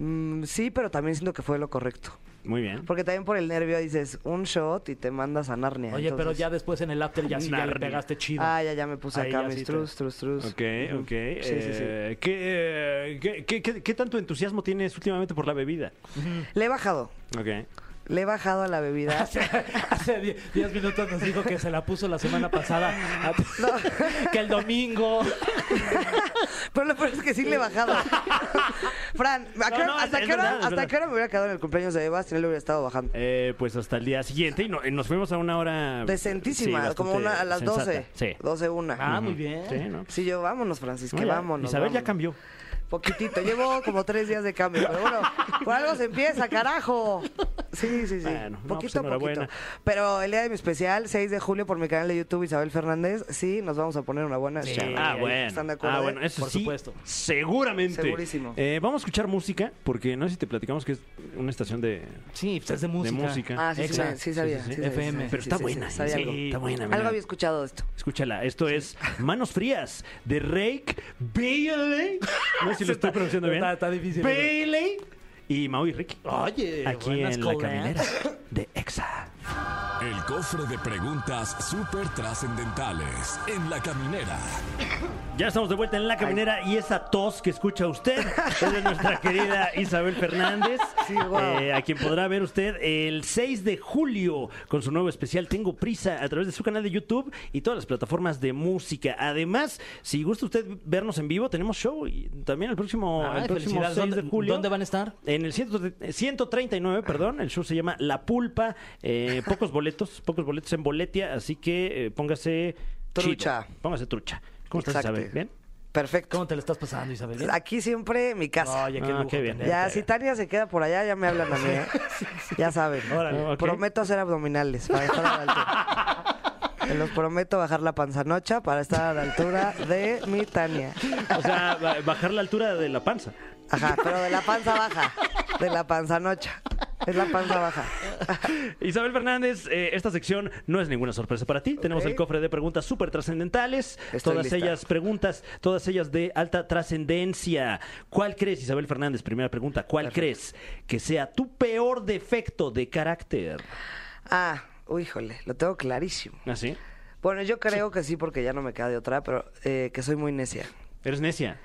D: Mm, sí, pero también siento que fue lo correcto.
A: Muy bien.
D: Porque también por el nervio dices un shot y te mandas a Narnia.
B: Oye, pero
D: entonces-
B: ya después en el after ya sí ya le
A: Narnia.
B: pegaste chido.
D: Ah, ya, ya me puse
B: Ahí
D: acá
B: ya
D: mis
B: sí te-
D: trus, trus, trus.
A: Ok,
D: Ujú.
A: ok.
D: Sí, sí, sí.
A: Eh, ¿qué, eh, qué- qué- qué- qué tanto entusiasmo tienes últimamente por la bebida?
D: Le he bajado.
A: Ok.
D: Le he bajado a la bebida.
B: Hace- Hace 10 minutos nos dijo que se la puso la semana pasada. A- que el domingo.
D: Pero lo peor es que sí le he bajado. Fran, ¿a qué hora-
A: No, no, es-
D: ¿hasta,
A: es
D: qué hora,
A: verdad, es
D: hasta
A: verdad.
D: qué hora me hubiera quedado en el cumpleaños de Eva si no le hubiera estado bajando?
A: Eh, pues hasta el día siguiente y, no- y nos fuimos a una hora sí,
D: Decentísima,
A: bastante
D: como una, a las
A: sensata.
D: 12.
A: Sí.
D: 12, una.
B: Ah, muy bien.
A: Sí, ¿no?
D: Sí, yo, vámonos, Francisco,
A: No, ya,
D: vámonos.
A: Isabel ya
D: vámonos.
A: cambió.
D: Poquitito, llevo como tres días de cambio, pero bueno, por algo se empieza, carajo. Sí, sí, sí.
A: Bueno, no,
D: poquito
A: pues,
D: a poquito.
A: enhorabuena.
D: Pero el día de mi especial, 6 de julio, por mi canal de YouTube, Isabel Fernández, sí, nos vamos a poner una buena
B: Sí.
D: charla.
A: Ah,
B: ahí
A: bueno.
D: están de acuerdo,
A: ah,
D: ¿eh?
A: bueno, eso
B: Por
A: sí,
B: supuesto.
A: Seguramente.
D: Segurísimo.
A: Eh, vamos a escuchar música, porque no sé si te platicamos que es una estación de.
B: Sí, pues es de música.
A: música.
D: Ah, sí, sí,
B: Exacto.
D: sí, sabía.
A: Sí,
D: Sí,
A: sí, sí.
D: sabía,
B: FM.
D: sí,
A: Pero
D: sí,
A: está
D: sí,
A: buena.
D: sabía
A: sí,
D: algo.
A: Está buena,
D: Algo
A: mira.
D: había escuchado de esto.
A: Escúchala, esto es Manos Frías de Rake Bailey. No sé si lo estoy pronunciando bien.
B: está- está difícil.
A: Bailey y Mau y Ricky.
B: Oye,
A: Aquí
B: buenas
A: en La
B: cobras.
A: Caminera de Exa.
E: El cofre de preguntas súper trascendentales en la caminera.
A: Ya estamos de vuelta en La Caminera y esa tos que escucha usted es de nuestra querida Isabel Fernández,
D: Sí, guau.
A: eh, a quien podrá ver usted el 6 de julio con su nuevo especial Tengo Prisa a través de su canal de YouTube y todas las plataformas de música. Además, si gusta usted vernos en vivo, tenemos show y también el próximo,
B: Ay,
A: Ah, el próximo
B: felicidades.
A: 6 de
B: ¿Dónde-
A: julio.
B: dónde van a estar?
A: En el 100 139, perdón, el show se llama La Pulpa. eh, pocos boletos, pocos boletos en Boletia, así que eh, póngase chido.
D: Trucha.
A: Póngase trucha. ¿Cómo estás,
D: Exacto.
A: Isabel? ¿Bien?
D: Perfecto.
B: ¿Cómo te lo estás pasando, Isabel? ¿Bien?
D: Aquí siempre mi casa.
B: Oye, qué
A: Ah,
B: lujo
A: qué bien.
B: tenerte.
D: Ya, si Tania se queda por allá, ya me hablan a mí, ¿eh? Ya saben.
B: Órale.
A: Ok.
D: Prometo hacer abdominales para estar a la altura. Se los prometo bajar la panzanocha para estar a la altura de mi Tania.
A: O sea, ba- bajar la altura de la panza.
D: Ajá, pero de la panza baja. De la panzanocha. Es la panza baja.
A: Isabel Fernández, eh, esta sección no es ninguna sorpresa para ti. Tenemos
D: Ok.
A: el cofre de preguntas súper trascendentales.
D: Estoy
A: Todas
D: lista.
A: ellas preguntas, todas ellas de alta trascendencia. ¿Cuál crees, Isabel Fernández? Primera pregunta, ¿cuál crees que sea tu peor defecto de carácter?
D: Ah, uy, híjole, lo tengo clarísimo.
A: ¿Así?
D: Bueno, yo creo que sí, porque ya no me queda de otra, pero eh, que soy muy necia.
A: ¿Eres necia?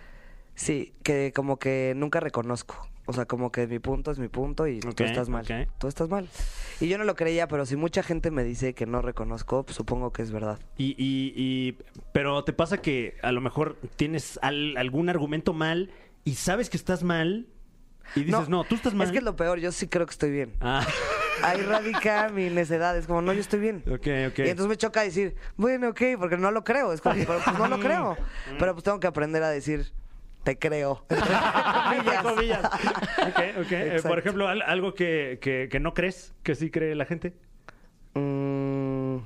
D: Sí, que como que nunca reconozco. O sea, como que mi punto es mi punto y
A: Ok,
D: tú estás mal.
A: ok.
D: Tú estás mal. Y yo no lo creía, pero si mucha gente me dice que no reconozco, pues, supongo que es verdad.
A: Y, y- y- pero te pasa que a lo mejor tienes al- algún argumento mal y sabes que estás mal y dices, no, tú estás mal.
D: Es que es lo peor, yo sí creo que estoy bien.
A: Ah,
D: Ahí radica mi necedad. Es como, no, yo estoy bien.
A: ok, ok.
D: Y entonces me choca decir, bueno, ok, porque no lo creo. Es como, pero pues no lo creo. Pero pues tengo que aprender a decir, te creo.
A: Mm. Entre comillas. Ok, ok. Eh,
D: Exacto.
A: por ejemplo, al- algo que, que- que no crees, que sí cree la gente.
D: Mm.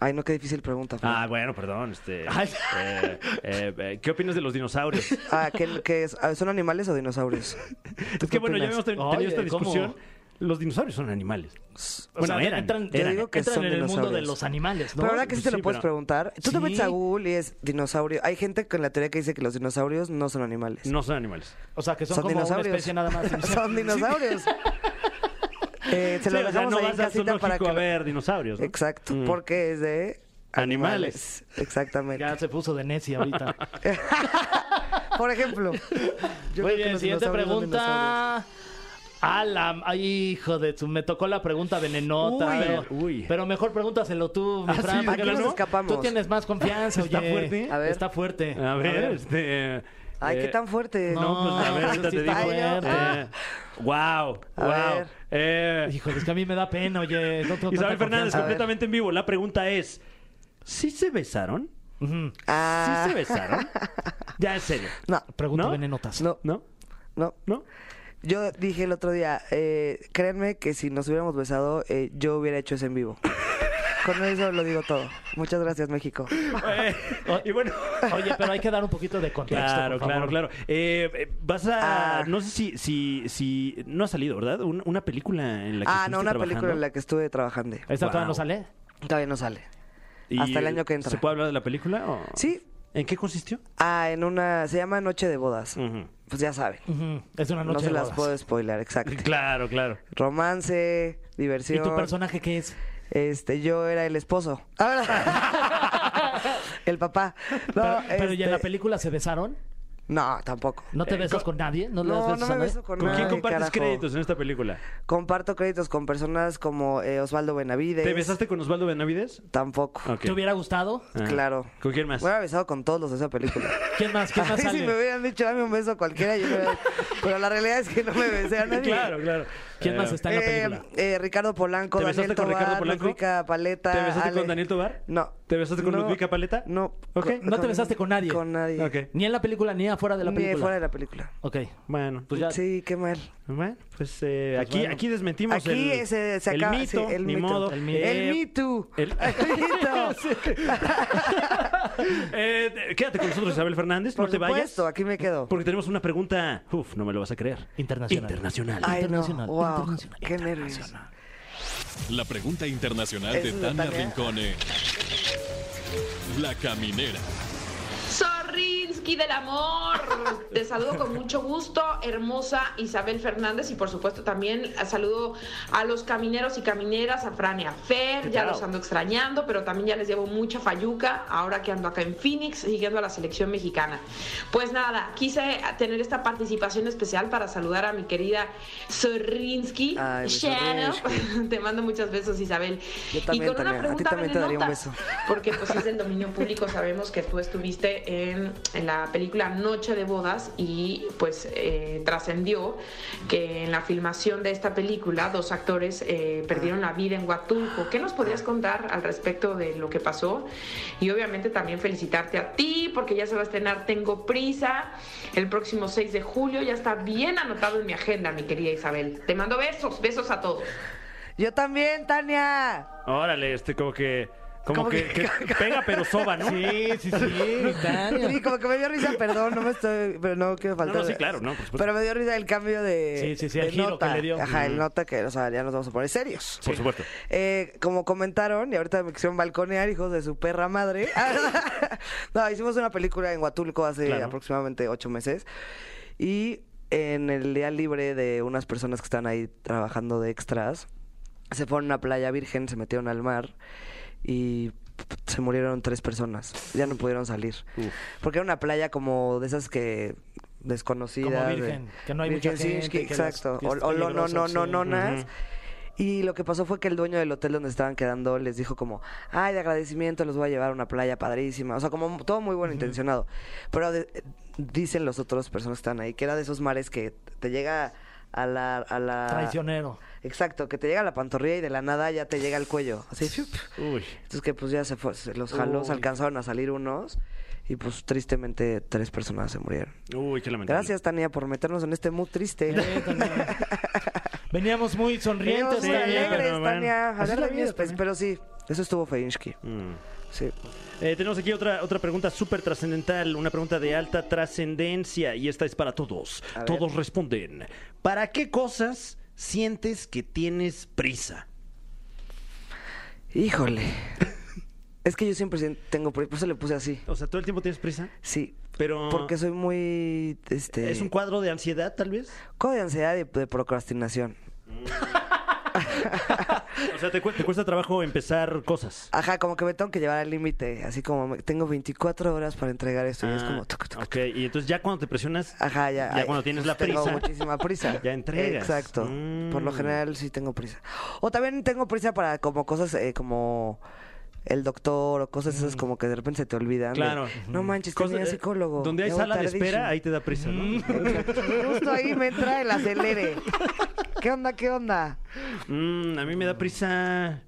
D: Ay, no, qué difícil pregunta. Fran.
A: Ah, bueno, perdón. Este, eh, eh, eh, ¿Qué opinas de los dinosaurios?
D: Ah, ¿qué, qué es? Ah, ¿Son animales o dinosaurios?
A: es que bueno, ya habíamos
D: opinas?
A: ten- tenido
B: Oye,
A: esta
B: ¿cómo?
A: discusión. Los dinosaurios son animales.
B: O sea,
A: Bueno, eran,
B: entran,
A: eran.
D: Yo digo que
B: entran
D: son
B: en el mundo de
D: dinosaurios.
B: los animales, ¿no?
D: Pero ahora que sí te lo
A: Sí,
D: puedes
A: pero-
D: preguntar, tú te
A: Sí.
D: metes a Google y es dinosaurio. Hay gente con la teoría que dice que los dinosaurios no son animales.
A: No son animales.
B: O sea, que son,
D: son
B: como
D: dinosaurios.
B: una especie nada más.
D: son dinosaurios. Eh, se
A: Sí,
D: lo
A: o sea,
D: dejamos
A: no
D: ahí en
A: vas a
D: casita
A: zoológico
D: para que.
A: a ver dinosaurios. ¿no?
D: Exacto,
A: Mm.
D: porque es de
A: Animales.
D: animales. Exactamente.
B: Ya se puso de necia ahorita.
D: Por ejemplo. yo
B: Muy
D: creo que
B: bien,
D: los
B: siguiente
D: dinosaurios son
B: pregunta.
D: dinosaurios.
B: Alam, ay, hijo de tu, me tocó la pregunta venenota.
A: Uy,
B: pero,
A: uy.
B: pero mejor pregúntaselo tú, mi
A: Ah,
B: Fran,
A: sí,
B: porque
A: ¿de
D: qué
B: tú-
D: nos escapamos?
B: Tú tienes más confianza,
A: ¿Está
B: oye.
A: fuerte?
D: A ver.
B: Está fuerte.
A: A ver, este.
D: Ay,
A: eh,
D: qué tan fuerte.
A: No, pues a ver,
B: No,
A: ahorita
B: sí
A: te digo.
B: está fuerte.
A: Eh, wow,
D: A
A: wow.
D: ver.
A: Eh,
B: Hijo, es que a mí me da pena, oye. No tengo tanta
A: Isabel Fernández,
B: confianza.
D: A ver.
A: completamente en vivo. La pregunta es: ¿Sí se besaron?
B: Ujú.
D: Ah,
A: ¿Sí se besaron? ya, en serio.
D: No,
B: Pregunta
A: ¿No?
B: venenotas.
D: no,
A: ¿No?
D: no.
A: ¿No?
D: Yo dije el otro día, eh, créanme que si nos hubiéramos besado, eh, yo hubiera hecho ese en vivo. Con eso lo digo todo. Muchas gracias, México.
A: Eh, y bueno.
B: Oye, pero hay que dar un poquito de contexto.
A: Claro,
B: Oh, por
A: claro,
B: favor.
A: claro. Eh, eh, vas a.
D: Ah.
A: No sé si, si, si. No ha salido, ¿verdad? Un- una película en la que.
D: Ah,
A: estuviste
D: no, una película en
A: trabajando.
D: la que estuve trabajando.
B: ¿Esta todavía no
A: Wow.
B: sale?
D: Todavía no sale.
A: Y,
D: hasta el año que entra.
A: ¿Se puede hablar de la película? o-
D: Sí.
A: ¿En qué consistió?
D: Ah, en una. Se llama Noche de Bodas.
A: Ujú.
D: Pues ya saben.
B: Ujú. Es una noche
D: No se
B: de
D: las
B: bodas.
D: puedo spoiler, exacto.
A: Claro, claro.
D: Romance,
B: ¿Y
D: diversión.
B: tu personaje qué es?
D: Este, yo era el esposo. Ah, el papá. No,
B: pero, pero ¿y en la
D: este,
B: película se besaron?
D: No, tampoco. Eh,
B: ¿No te besas con nadie? ¿No, le das
D: No,
B: besos
D: no
B: a
D: me
B: nadie?
D: beso con
A: ¿Con quién
D: nadie,
A: compartes
D: carajo.
A: créditos en esta película?
D: Comparto créditos con personas como eh, Osvaldo Benavides.
A: ¿Te besaste con Osvaldo Benavides?
D: Tampoco.
A: Ok.
B: ¿Te hubiera gustado?
A: Ah.
D: Claro.
A: ¿Con quién más?
D: Me hubiera besado con todos los de esa película.
B: ¿Quién más? ¿Quién
D: A
B: más
D: mí si
B: sale?
D: me hubieran dicho, dame un beso a cualquiera, yo me hubiera- Pero la realidad es que no me besé a nadie.
A: Claro, claro.
B: ¿Quién
A: Eh,
B: más está en la
D: Eh,
B: película?
D: eh, Ricardo Polanco,
A: ¿Te
D: Daniel
A: besaste con
D: Tobar,
A: Ricardo Polanco?
D: Ludwika Paleta.
A: ¿Te besaste con
D: Ale.
A: Daniel Tobar?
D: No.
A: ¿Te besaste con
D: No.
A: Ludwika Paleta?
D: No.
A: Ok.
D: Con-
B: ¿No te
D: con-
B: besaste con nadie?
D: Con nadie.
A: Ok.
B: Ni en la película, ni afuera de la
D: Ni
B: película.
D: fuera de la película.
B: Ok.
A: Bueno,
B: Pues
A: pues
B: ya.
D: Sí, qué mal.
A: Bueno, pues, eh, aquí,
B: bueno.
A: aquí desmentimos
D: Aquí
A: el,
D: ese se
A: el
D: acaba-
A: mito,
D: sí, el
A: ni
D: mito.
A: modo. Eh,
B: El mito.
D: El Me
A: el-
D: Too. El mito.
A: Sí. Eh, quédate con nosotros, Isabel Fernández.
D: Por
A: no te vayas.
D: supuesto, aquí me quedo.
A: Porque tenemos una pregunta, uf, no me lo vas a creer.
B: Internacional.
A: Internacional.
D: Ay, no.
B: Internacional,
D: Wow,
B: internacional,
D: Qué nervios.
E: La pregunta internacional
D: Eso
E: de
D: es de
E: Tania
D: Tania.
E: Rincón en La Caminera.
F: Sorrinsky del amor. Te saludo con mucho gusto, hermosa Isabel Fernández y por supuesto también saludo a los camineros y camineras, a Fran y a Fer, ya los ando extrañando, pero también ya les llevo mucha fayuca ahora que ando acá en Phoenix siguiendo a la selección mexicana. Pues nada, quise tener esta participación especial para saludar a mi querida Sorrinsky.
D: Ay, mi
F: Shadow.
D: Sorrinsky.
F: Te mando muchos besos, Isabel.
D: Yo también,
F: y con una
D: Tania. A ti
F: pregunta
D: también te daría un
F: venenota,
D: beso.
F: porque pues es del dominio público, sabemos que tú estuviste en, en la la película Noche de Bodas y pues eh, trascendió que en la filmación de esta película dos actores
D: Ah.
F: eh, perdieron la vida en Huatulco. ¿Qué nos podrías contar al respecto de lo que pasó? Y obviamente también felicitarte a ti porque ya se va a estrenar Tengo Prisa el próximo 6 de julio. Ya está bien anotado en mi agenda, mi querida Isabel. Te mando besos, besos a todos.
D: Yo también, Tania.
A: Órale, este como que. Como que, que pega pero soba, ¿no?
B: Sí, sí, sí. Tania.
D: Sí, como que me dio risa, perdón, no me estoy, pero no quiero
A: No,
D: faltar.
A: no, sí, claro, no, por supuesto.
D: Pero me dio risa el cambio de,
B: Sí, sí, sí,
D: de
B: el giro
D: nota.
B: que le dio.
D: Ajá, el nota que, o sea, ya nos vamos a poner serios.
A: Por supuesto.
D: Eh, como comentaron, y ahorita me quisieron balconear, hijos de su perra madre. no, hicimos una película en Huatulco hace
A: Claro.
D: aproximadamente ocho meses. Y en el día libre de unas personas que están ahí trabajando de extras, se fueron a una playa virgen, se metieron al mar y se murieron tres personas. Ya no pudieron salir. Porque era una playa como de esas que desconocidas.
B: Como
D: de-
B: virgen, que no hay mucha
D: Virgen, sí,
B: gente, que las-
D: exacto.
B: que
D: o
B: es
D: o lo- no, no,
B: peligroso,
D: no,
B: sí.
D: no, nonas. Y lo que pasó fue que el dueño del hotel donde estaban quedando les dijo como, ay, de agradecimiento los voy a llevar a una playa padrísima. O sea, como todo muy bueno intencionado. Pero de- dicen los otros personas que están ahí que era de esos mares que te llega a la... A la...
B: Ah. Traicionero.
D: Exacto, que te llega a la pantorrilla y de la nada ya te llega al cuello. Así, fiup.
A: Uy.
D: Entonces que pues ya se fue, se los jalos alcanzaron a salir unos y pues tristemente tres personas se murieron.
A: Uy, qué lamentable.
D: Gracias Tania por meternos en este mood triste.
B: Eh, Tania. Veníamos muy sonrientes,
D: Veníamos muy
A: sí,
D: alegres,
A: pero bueno.
D: Tania.
B: Así es
D: Hablar
B: la
D: de
B: vida
D: miespes,
B: también.
D: pues, pero sí, eso estuvo Feinsky.
A: Mm.
D: Sí.
A: Eh, tenemos aquí otra, otra pregunta súper trascendental, una pregunta de alta trascendencia y esta es para todos.
D: ver.
A: Todos responden. ¿Para qué cosas sientes que tienes prisa?
D: Híjole. es que yo siempre sien- tengo, por por eso le puse así.
A: O sea, todo el tiempo tienes prisa,
D: Sí.
A: pero
D: Porque soy muy, este,
A: Ah. es un cuadro de ansiedad tal vez.
D: codo de ansiedad y de procrastinación.
A: O sea, te, cu- te cuesta trabajo empezar cosas.
D: Ajá, como que me tengo que llevar al límite, así como me- tengo 24 horas para entregar esto y es
A: Ah,
D: como tuc, tuc,
A: ok, y entonces ya cuando te presionas,
D: Ajá, ya. ay,
A: cuando tienes la
D: tengo
A: prisa,
D: muchísima prisa.
A: ya entregas.
D: Exacto.
A: Mm.
D: Por lo general sí tengo prisa. O también tengo prisa para como cosas eh, como el doctor o cosas esas como que de repente se te olvidan. de,
A: Mm. Claro.
D: no manches,
A: Cosas-
D: tenía
A: eh,
D: psicólogo.
A: Donde hay
D: Llego
A: sala de espera,
D: tardísimo". Mm.
A: ahí te da prisa, ¿no?
D: Exacto. Justo ahí me entra el acelere. ¿Qué onda, qué onda?
A: Mm, a mí me da prisa.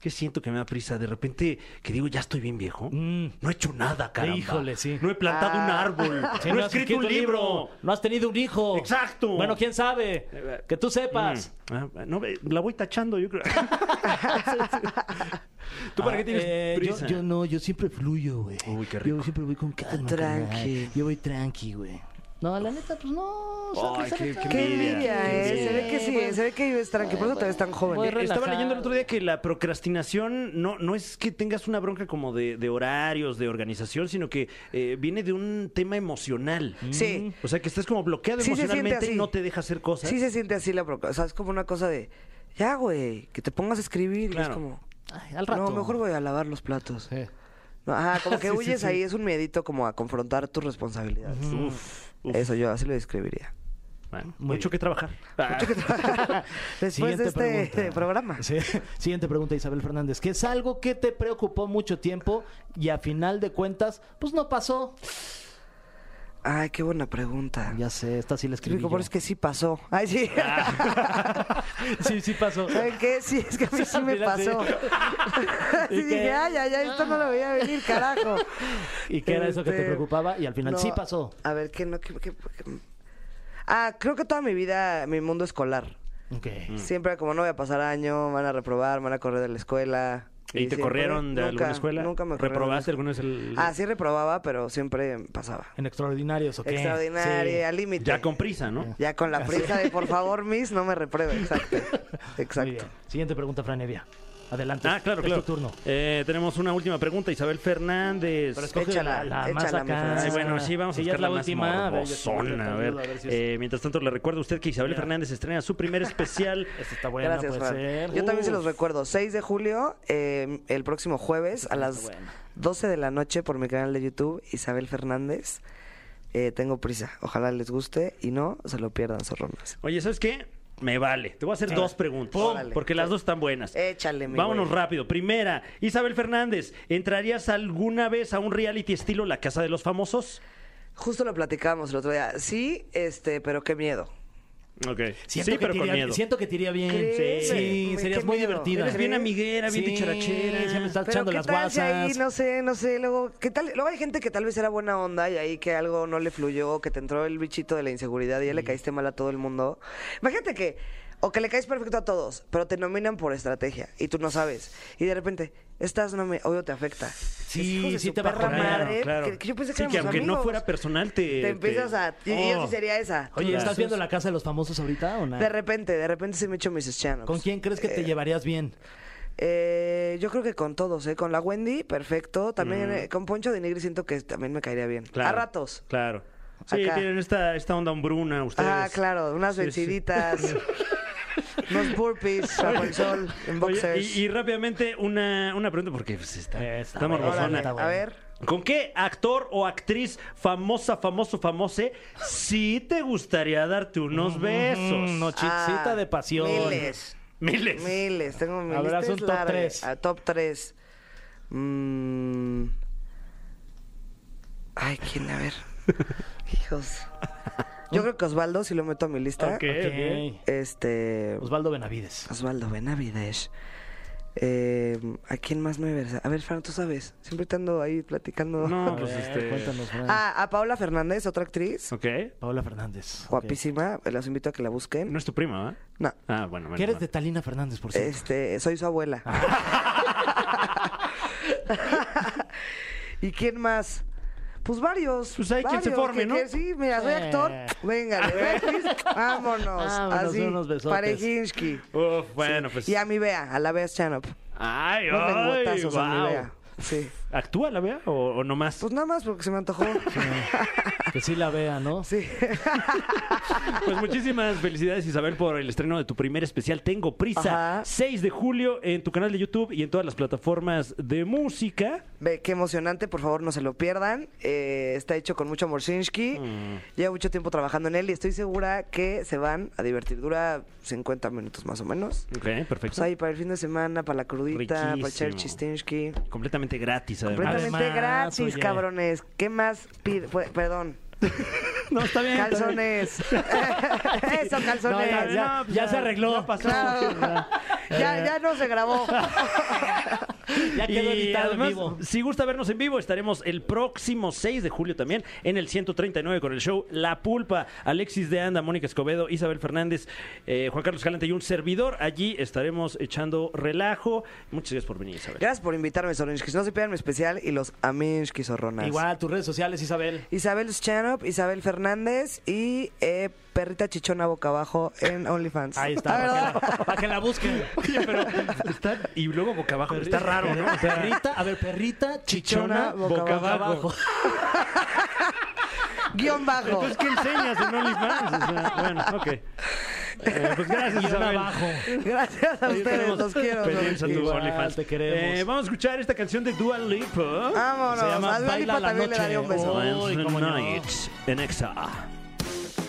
A: ¿Qué siento que me da prisa? De repente que digo, ya estoy bien viejo.
B: Mm.
A: No he hecho nada, caramba.
B: Híjole, sí.
A: No he plantado un
D: Ah.
A: árbol.
B: Sí,
A: no he
B: has
A: escrito un libro.
B: No has tenido un hijo.
A: Exacto. Eh,
B: Bueno, quién sabe. Que tú sepas.
A: Mm. Ah, no, eh, la voy tachando, yo creo. ¿Tú para
B: Ah,
A: qué tienes
B: eh, yo-
A: prisa?
B: Yo, no, yo siempre fluyo, güey.
A: Uy, qué rico.
B: Yo siempre voy con calma.
D: Tranqui.
B: carnal. Yo voy tranqui, güey. No, la neta, pues no. o sea,
A: Ay,
B: que
A: qué-
B: sale-
D: Qué
A: Envidia. Eh,
D: envidia, ¿eh? Se ve que sí,
B: Pues-
D: se ve que vives tranqui. Por eso te ves tan
B: Voy
D: joven.
B: re-
A: Estaba
B: relajado.
A: leyendo el otro día que la procrastinación no, no es que tengas una bronca como de, de horarios, de organización, sino que eh, viene de un tema emocional.
D: Sí.
A: O sea, que estás como bloqueado
D: Sí se siente
A: emocionalmente y
D: así.
A: no te deja hacer cosas.
D: Sí se siente así la procrastinación. O sea, es como una cosa de, ya, güey, que te pongas a escribir. Y
A: Claro.
D: es como,
B: Ay, al rato.
D: No, mejor voy a lavar los platos.
B: Sí.
D: No, ajá, como que
B: Sí, sí,
D: huyes
B: sí.
D: ahí, es un miedito como a confrontar tus responsabilidades.
A: Uf, uf.
D: Eso yo así lo describiría.
A: Bueno, mucho que trabajar. Ah,
D: Después
B: Siguiente
D: de este
B: pregunta.
D: programa.
B: Sí. Siguiente pregunta, Isabel Fernández. ¿Qué es algo que te preocupó mucho tiempo y a final de cuentas, pues no pasó?
D: Ay, qué buena pregunta.
B: Ya sé, esta sí la
D: Lo
B: escribí.
D: único
B: yo.
D: bueno es que sí pasó. Ay, sí.
B: Ah. Sí, sí pasó.
D: ¿Saben qué? Sí, es que a mí sí me
B: Mira, sí.
D: pasó.
B: ¿Y
D: Sí,
B: qué?
D: dije, ay, ay, ay, esto no lo veía venir, carajo.
B: ¿Y qué era eso que te
D: Este,
B: preocupaba? Y al final
D: no,
B: sí pasó.
D: A ver, ¿qué no? ¿Qué- qué- qué? Ah, creo que toda mi vida, mi mundo escolar.
B: Ok.
D: Siempre era como no voy a pasar año, van a reprobar, van a correr de la escuela.
A: ¿Y te
D: siempre-
A: corrieron de alguna
D: Nunca,
A: escuela?
D: Nunca me corrieron.
A: ¿Reprobaste alguna vez el...?
D: Ah, sí reprobaba, pero siempre pasaba.
B: En extraordinarios, ok.
D: Extraordinaria, al límite.
A: Ya con prisa, ¿no?
D: Ya con la prisa de por favor, Miss, no me repruebe. Exacto.
B: Sí. Muy
D: Exacto.
B: bien. Siguiente pregunta, Franevia. Adelante.
A: Ah, claro,
B: Es
A: claro.
B: tu turno.
A: Eh, tenemos una última pregunta, Isabel Fernández.
B: Pero escoge
D: Échala,
B: la, la más
D: échala, mi
B: acá.
D: Fran.
A: Sí, bueno, sí, vamos a
B: Sí, ya
A: buscar
B: es la
A: más
B: última. A ver, yo
A: morbosona,
B: te ayudo,
A: a ver.
B: a ver si es-
A: Eh, mientras tanto, le recuerdo a usted que Isabel
B: Ya.
A: Fernández estrena su primer especial.
B: Esta Este está buena,
D: Gracias,
B: puede
D: Fran.
B: ser.
D: Yo también se
B: pues,
D: los
B: eh, Uf.
D: recuerdo. 6 de julio, eh, el próximo jueves, a las 12 de la noche, por mi canal de YouTube, Isabel Fernández. Eh, tengo prisa. Ojalá les guste y no se lo pierdan, zorronas.
A: Oye, ¿sabes qué? Me vale. Te voy a hacer dos preguntas.
D: Órale.
A: Porque las dos están buenas.
D: Échale, mi
A: Vámonos
D: güey.
A: rápido. Primera, Isabel Fernández, ¿entrarías alguna vez a un reality estilo La Casa de los Famosos?
D: Justo lo platicamos el otro día. Sí, este, pero qué miedo.
A: Ok.
B: Siento
A: sí,
B: que
A: pero
B: te
A: con
B: iría-
A: miedo.
B: Siento que te iría bien.
D: ¿Crees?
B: Sí,
D: Me-
B: serías
D: qué
B: muy
D: miedo.
B: divertida.
D: Eres bien
A: amiguera, bien
B: Sí,
A: dicharachera.
B: Sí, me estás
D: Ah, Pero
B: echando
D: qué
B: las
D: tal si ahí,
B: guasas.
D: no sé, no sé, luego, ¿qué tal? Luego hay gente que tal vez era buena onda y ahí que algo no le fluyó, que te entró el bichito de la inseguridad y ya le caíste mal a todo el mundo. Imagínate que, o que le caes perfecto a todos, pero te nominan por estrategia y tú no sabes. Y de repente, estás nomi- obvio te afecta.
B: Sí,
D: Hijos de
B: sí
D: su
B: te va a
D: perra
B: joder.
D: madre,
A: Claro.
D: que- que yo pensé
A: sí,
D: que
A: que
D: éramos
A: aunque no
D: amigos.
A: fuera personal, te.
D: Te empiezas a... y- y Yo
A: Oh.
D: sí sería esa.
B: Oye,
A: Claro.
B: ¿estás viendo la casa de los famosos ahorita o
D: De
B: nada?
D: repente, de repente se me echó Mrs. Channels.
B: ¿Con quién crees que te llevarías bien?
D: Eh, yo creo que con todos, ¿eh? Con la Wendy, perfecto. También eh, con Poncho de Nigri siento que también me caería bien.
A: Claro,
D: A ratos.
A: Claro. Sí,
D: Acá.
A: tienen esta, esta onda hombruna ustedes.
D: Ah, claro, unas
A: Sí, sí.
D: vestiditas. unos burpees bajo el sol, en
A: Oye,
D: boxers.
A: y, y rápidamente una, una pregunta, porque pues, está,
B: Eh, está
A: está
B: bueno,
A: morbosona.
D: Órale,
B: Rosana.
D: a ver.
A: ¿Con qué actor o actriz famosa, famoso, famose, sí te gustaría darte unos besos?
B: Mm, nochicita
D: Ah,
B: de pasión.
D: Miles.
A: Miles.
D: Miles. Tengo mi
B: Habrás
D: lista
B: un
D: es
B: top
D: larga.
B: tres.
D: Ah, top 3. Ay, ¿quién? A ver. Hijos. Yo creo que Osvaldo, si lo meto a mi lista.
A: Ok.
B: Ok.
D: Este.
B: Osvaldo Benavides.
D: Osvaldo Benavides. Eh, ¿A quién más me versa? A ver, Fran, tú sabes. Siempre te ando ahí platicando.
A: No, pues
B: A ver,
A: este.
B: Cuéntanos, Fran.
D: Ah, a Paola Fernández, otra actriz.
A: Ok.
B: Paola Fernández. ok.
D: Guapísima. Los invito a que la busquen.
A: No es tu prima, ¿verdad?
D: No.
A: Ah, bueno, bueno.
B: ¿Qué eres
A: bueno.
B: de Talina Fernández, por cierto?
D: Este, soy su abuela.
A: Ah.
D: ¿Y quién más? Pues varios.
A: Pues hay quien se
D: varios,
A: forme,
D: que-
A: ¿no?
D: que sí, mira, soy actor.
B: Eh.
D: Venga, le doy actriz, vámonos.
B: Vámonos,
D: así,
B: unos besotes.
D: Parejinsky.
A: Uf, bueno, pues.
D: Y a mi Bea, a la Bea Chanop.
A: Ay,
D: Unos
A: ay,
D: lengüetazos a mi
A: guau.
D: Bea. Sí.
A: ¿Actúa la vea o, o no más?
D: Pues nada más porque se me antojó.
B: Que sí la vea, ¿no?
D: Sí.
A: Pues muchísimas felicidades, Isabel, por el estreno de tu primer especial, Tengo Prisa.
D: Ajá.
A: 6 de julio en tu canal de YouTube y en todas las plataformas de música.
D: Ve, qué emocionante, por favor no se lo pierdan. Eh, está hecho con mucho Morsinski.
A: Mm.
D: Llevo mucho tiempo trabajando en él y estoy segura que se van a divertir. Dura 50 minutos más o menos.
A: Ok, perfecto.
D: Pues ahí para el fin de semana, para la crudita, para
A: Riquísimo.
D: echar chistinsky.
A: Completamente gratis, además.
D: Completamente
B: Además,
D: gratis,
B: oye.
D: cabrones. ¿Qué más pide? Pu- Perdón.
A: No, está bien. está bien.
D: Calzones. Eso,
B: No,
D: calzones.
B: ya,
A: No,
B: ya-
A: pues
B: ya
A: ya,
B: se arregló.
A: ya pasó.
D: Claro. Ya, ya no se grabó.
B: Ya quedó
A: Y
B: editado en
A: además,
B: vivo.
A: si gusta vernos en vivo, estaremos el próximo 6 de julio también en el 139 con el show La Pulpa, Alexis de Anda, Mónica Escobedo, Isabel Fernández, eh, Juan Carlos Galante y un servidor. Allí estaremos echando relajo. Muchas gracias por venir, Isabel.
D: Gracias por invitarme, Sorinskis. No se pierdan mi especial y los Aminskis zorronas.
B: Igual, tus redes sociales, Isabel.
D: Isabel Schanop, Isabel Fernández y eh, Perrita Chichona Boca Abajo en OnlyFans.
B: Ahí está, para que, la, para que la busquen.
A: pero está, y luego boca abajo, está raro, ¿no?
B: Perrita, a ver, perrita, chichona,
D: Chichona, boca
B: boca abajo.
D: abajo. Guión bajo.
A: Entonces, ¿qué enseñas en OnlyFans? O sea, bueno, ok. Eh, pues gracias,
B: Guión
A: Isabel.
B: abajo.
D: Gracias a
A: Ahí
D: ustedes,
A: estaremos
D: los quiero.
A: pendientes a tu
D: Sorinskis.
B: Igual,
A: OnlyFans.
B: te queremos.
A: Eh, vamos a escuchar esta canción de Dua Lipa.
D: Vámonos.
B: Se llama
D: A Dua
B: Baila
D: Lipa
B: la
D: también le daría un
B: Noche.
D: beso.
B: Uy,
A: Once
B: cómo no.
A: Night en Exa.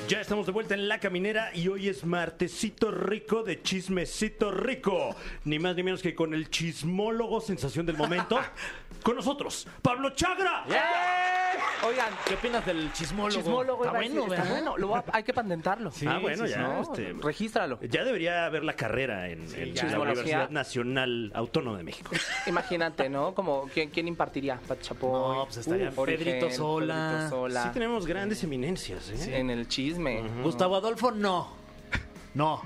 A: Ya estamos de vuelta en La Caminera y hoy es martesito rico de chismecito rico. Ni más ni menos que con el chismólogo sensación del momento. Con nosotros, Pablo Chagra.
G: Oigan,
B: ¿Qué opinas del chismólogo?
G: chismólogo
B: Está
G: iba a decir,
B: bueno,
G: está
B: ¿verdad?
G: bueno, lo voy a- hay que patentarlo.
A: ah, bueno,
G: sí,
A: ya.
G: no,
A: este,
G: regístralo.
A: ya debería haber la carrera en, en
G: ya.
A: la Universidad
G: Chismología.
A: Nacional Autónoma de México.
G: Imagínate, ¿no? Como, ¿quién, quién impartiría? Pati Chapoy.
B: No, pues estaría
G: Origen,
B: Pedrito Sola.
G: Pedrito Sola.
A: Sí tenemos grandes eminencias, ¿eh?
G: En el chisme,
B: Gustavo Adolfo, no. No.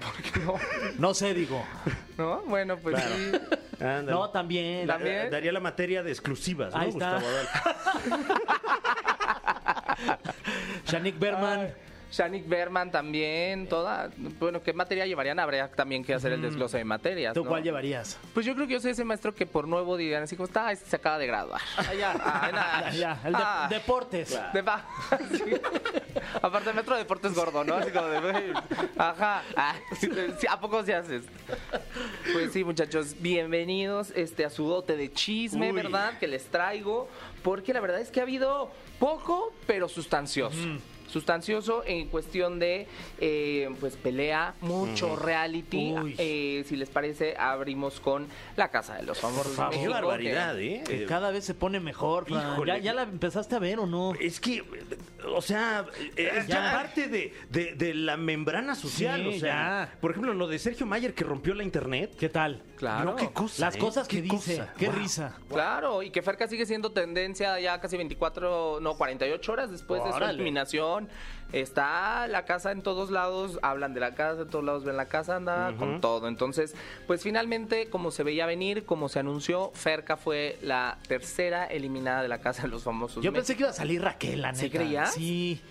B: No sé, digo.
G: ¿no? Bueno, pues
A: Claro.
G: sí.
A: Ándale.
B: No, también.
G: La-
A: Eh, Daría la materia de exclusivas, ¿no,
B: Ahí está.
A: Gustavo Adolfo?
B: Shanique Berman.
G: Shanik Berman también, toda. Bueno, ¿qué materia llevarían? Habría también que hacer el desglose de materias.
B: ¿Tú
G: ¿no?
B: cuál llevarías?
G: Pues yo creo que yo soy ese maestro que por nuevo dirían así como, está, este se acaba de graduar. Ah, ya, ah,
B: Ah,
G: nada.
B: ya, el de-
G: Ah,
B: deportes.
G: de pa- sí. Aparte, el metro de deportes gordo, ¿no? Así como de, "Güey, ajá. Ah, sí, sí, ¿A poco se haces? Pues sí, muchachos, bienvenidos este, a su dote de chisme,
A: Uy.
G: ¿verdad? Que les traigo, porque la verdad es que ha habido poco, pero sustancioso. sustancioso en cuestión de eh, pues pelea, mucho reality.
B: Uy.
G: Eh, si les parece, abrimos con La Casa de los Famosos. de
A: Qué
G: México, que-
A: barbaridad, ¿eh?
B: Que cada vez se pone mejor. Fran.
A: Híjole.
B: ¿Ya, ya la empezaste a ver o no?
A: Es que, o sea, es ya
B: Eh, Ya.
A: parte de, de- de la membrana social,
B: Sí,
A: o sea.
B: ya.
A: Por ejemplo, lo de Sergio Mayer que rompió la internet.
B: ¿Qué tal?
G: Claro.
A: No, qué cosa.
B: Las
A: ¿eh?
B: cosas que
A: Qué
B: dice.
A: cosa.
B: Qué
A: Wow.
B: risa.
G: Claro, y que Ferca sigue siendo tendencia ya casi 24, no, 48 horas después de
B: Órale.
G: su eliminación. Está la casa en todos lados, hablan de la casa, en todos lados ven la casa, anda con todo. Entonces, pues finalmente, como se veía venir, como se anunció, Ferca fue la tercera eliminada de la casa de los famosos.
B: Yo pensé que iba a salir Raquel, la neta.
G: pues ¿Sí creías?
B: Sí,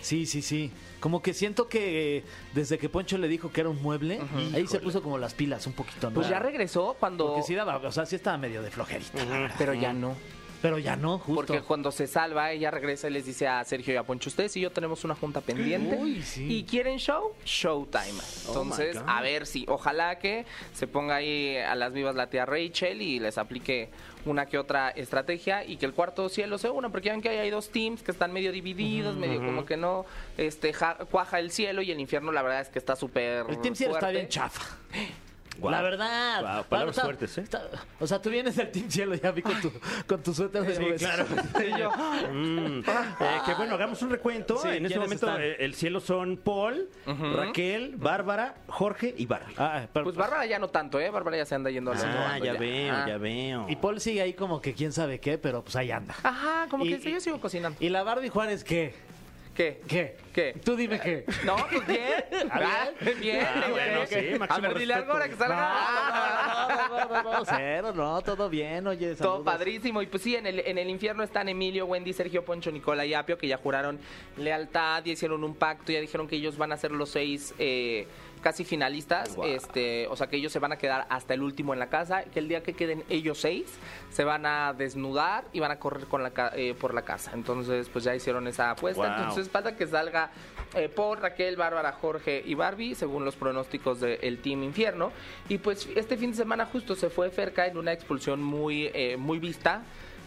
B: sí, sí, sí. Como que siento que eh, desde que Poncho le dijo que era un mueble, ahí se puso como las pilas un poquito, ¿no?
G: Pues ya regresó cuando...
B: Porque sí daba, o sea, sí estaba medio de flojerita.
G: Pero ya no.
B: Pero ya no, justo.
G: Porque cuando se salva, ella regresa y les dice a Sergio y a Poncho, ustedes y yo tenemos una junta pendiente.
B: Uy, sí. Oh
G: ¿Y quieren show? Showtime. Entonces,
A: God.
G: a ver si, ojalá que se ponga ahí a las vivas la tía Rachel y les aplique una que otra estrategia y que el cuarto cielo se una, porque ya ven que ahí hay dos teams que están medio divididos, medio como que no este ja- cuaja el cielo y el infierno, la verdad es que está súper
B: El Team Cielo está
G: fuerte.
B: bien chafa.
A: Guau.
B: La verdad.
A: Guau,
B: La
A: palabras
B: verdad,
A: fuertes, ¿eh?
B: está- o sea, tú vienes del Team Cielo ya vi con tu, con tu suéter de nubes.
G: Y yo,
A: Mm, eh, que bueno, hagamos un recuento.
B: Sí,
A: en este
B: ¿quiénes
A: momento
B: están?
A: eh, el cielo son Paul, Raquel, Bárbara, Jorge y Barry.
B: Ah, pero-
G: Pues Bárbara ya no tanto, ¿eh? Bárbara ya se anda yendo a los
A: Ah, ya veo, ya veo.
B: y Paul sigue ahí como que quién sabe qué, pero pues ahí anda.
G: Ajá, Ah, como
B: Y-
G: que yo sigo cocinando.
B: ¿Y la Barbie Juárez qué?
G: ¿Qué?
B: ¿Qué?
G: ¿Qué?
B: Tú dime qué.
G: No, pues bien. Ah, bien.
A: Ah,
G: güey.
A: bueno, sí,
G: a
A: máximo
G: ver, dile algo
A: respeto. Ah,
G: ahora que salga. Ah,
B: No, no, no, no, no, cero, no, todo bien, oye.
G: Todo
B: saludos.
G: padrísimo. Y pues sí, en el, en el infierno están Emilio, Wendy, Sergio, Poncho, Nicola y Apio, que ya juraron lealtad, ya hicieron un pacto, ya dijeron que ellos van a ser los seis eh, casi finalistas. Este, o sea, que ellos se van a quedar hasta el último en la casa, que el día que queden ellos seis, se van a desnudar y van a correr con la, ca- eh, por la casa. Entonces, pues ya hicieron esa apuesta.
A: Wow.
G: Entonces, falta que salga eh, Paul, Raquel, Bárbara, Jorge y Barbie, según los pronósticos del Team Infierno. Y pues este fin de semana justo se fue Ferca en una expulsión muy, eh, muy vista.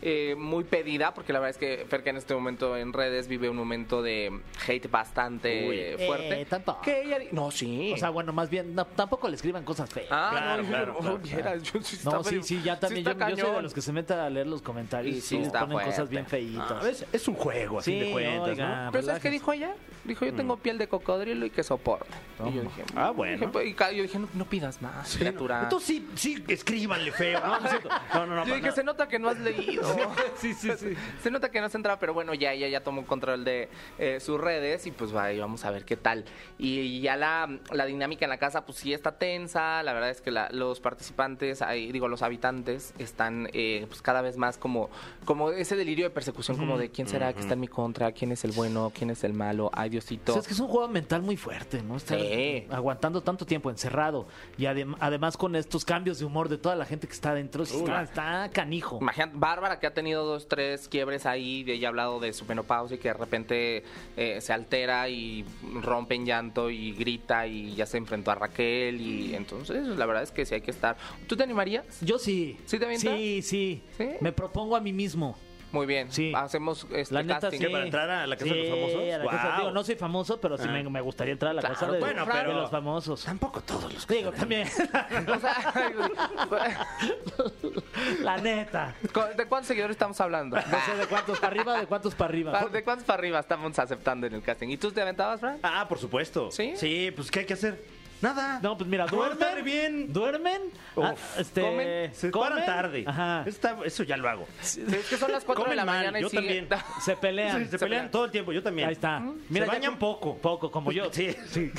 G: eh, muy pedida, porque la verdad es que Ferca en este momento en redes vive un momento de hate bastante
A: Uy.
G: eh, fuerte.
B: Eh, tampoco.
G: Que ella di- No, sí.
B: O sea, bueno, más bien, no, tampoco le escriban cosas feas.
G: ah,
A: claro,
G: no,
A: claro,
G: yo,
A: claro,
G: oh, vieras, yo sí
B: no,
G: estaba-
B: sí, sí, ya también. yo- yo,
G: está
B: soy de
G: cañón.
B: los que se mete a leer los comentarios
G: Y
B: y
G: sí
B: sí, les
G: está
B: ponen cosas
G: fuerte.
B: bien
A: Ah,
B: feitas. Pues,
A: es, es un juego, a
B: Sí,
A: fin de cuentas,
B: oiga,
A: ¿no?
G: Pero ¿sabes qué
B: relájense.
G: dijo ella? Dijo, yo tengo piel de cocodrilo y que soporte. Y yo dije,
A: Mm. Ah, bueno.
G: dije, pues, y ca- yo dije, no, no pidas más, criatura.
A: Entonces sí, sí, escríbanle feo. No, no, es cierto. no, no, no,
G: yo
A: para
G: dije, se
A: nada.
G: nota que no has leído.
A: Sí, sí, sí.
G: se nota que no has entrado, pero bueno, ya ella ya tomó control de eh, sus redes y pues va, y vamos a ver qué tal. Y, y ya la, la dinámica en la casa, pues sí está tensa. La verdad es que la- los participantes, ahí, digo, los habitantes están eh, pues cada vez más como, como ese delirio de persecución, como de quién será que está en mi contra, quién es el bueno, quién es el malo, ay
B: O
G: Diosito.
B: sea, es que es un juego mental muy fuerte, ¿no? Estar
G: Sí.
B: aguantando tanto tiempo encerrado y adem- además con estos cambios de humor de toda la gente que está adentro, sí está, está canijo.
G: Imagínate, Bárbara que ha tenido dos, tres quiebres ahí, de ella ha hablado de su menopausia y que de repente eh, se altera y rompe en llanto y grita y ya se enfrentó a Raquel y entonces la verdad es que sí hay que estar. ¿Tú te animarías?
B: Yo sí.
G: ¿Sí te avientas?
B: Sí, sí.
G: ¿Sí?
B: Me propongo a mí mismo.
G: Muy bien,
B: Sí.
G: hacemos este
B: La neta,
G: casting.
B: sí.
A: ¿Para entrar a la Casa de los
B: Sí,
A: Famosos?
B: a la casa-
A: Guau. Ah.
B: digo, no soy famoso, pero sí me, me gustaría entrar a la
G: Claro,
B: casa de,
A: bueno,
B: de
A: pero-
B: los famosos.
A: Tampoco todos los
B: Digo, también,
G: O sea,
B: la neta.
G: ¿De cuántos seguidores estamos hablando?
B: No sé de cuántos para arriba, de cuántos para arriba.
G: ¿De cuántos para arriba estamos aceptando en el casting? ¿Y tú te aventabas, Fran?
A: Ah, por supuesto.
G: ¿Sí?
A: Sí, pues ¿qué hay que hacer? Nada.
B: No, pues mira,
A: Duerme
B: duermen.
A: bien.
B: Duermen. ah,
A: Uf,
B: este,
G: comen,
A: Se
B: comen,
A: paran tarde.
B: Ajá.
A: Está- eso ya lo hago.
G: Es que son las 4 de
A: Comen
G: la
A: mal,
G: mañana y
A: yo
G: sigue...
A: también.
B: Se pelean.
A: Sí, se, pelean todo el tiempo, yo también.
B: Ahí está.
A: Mira, se
B: ya
A: bañan
B: com-
A: poco.
B: Poco, como yo.
A: Sí, sí.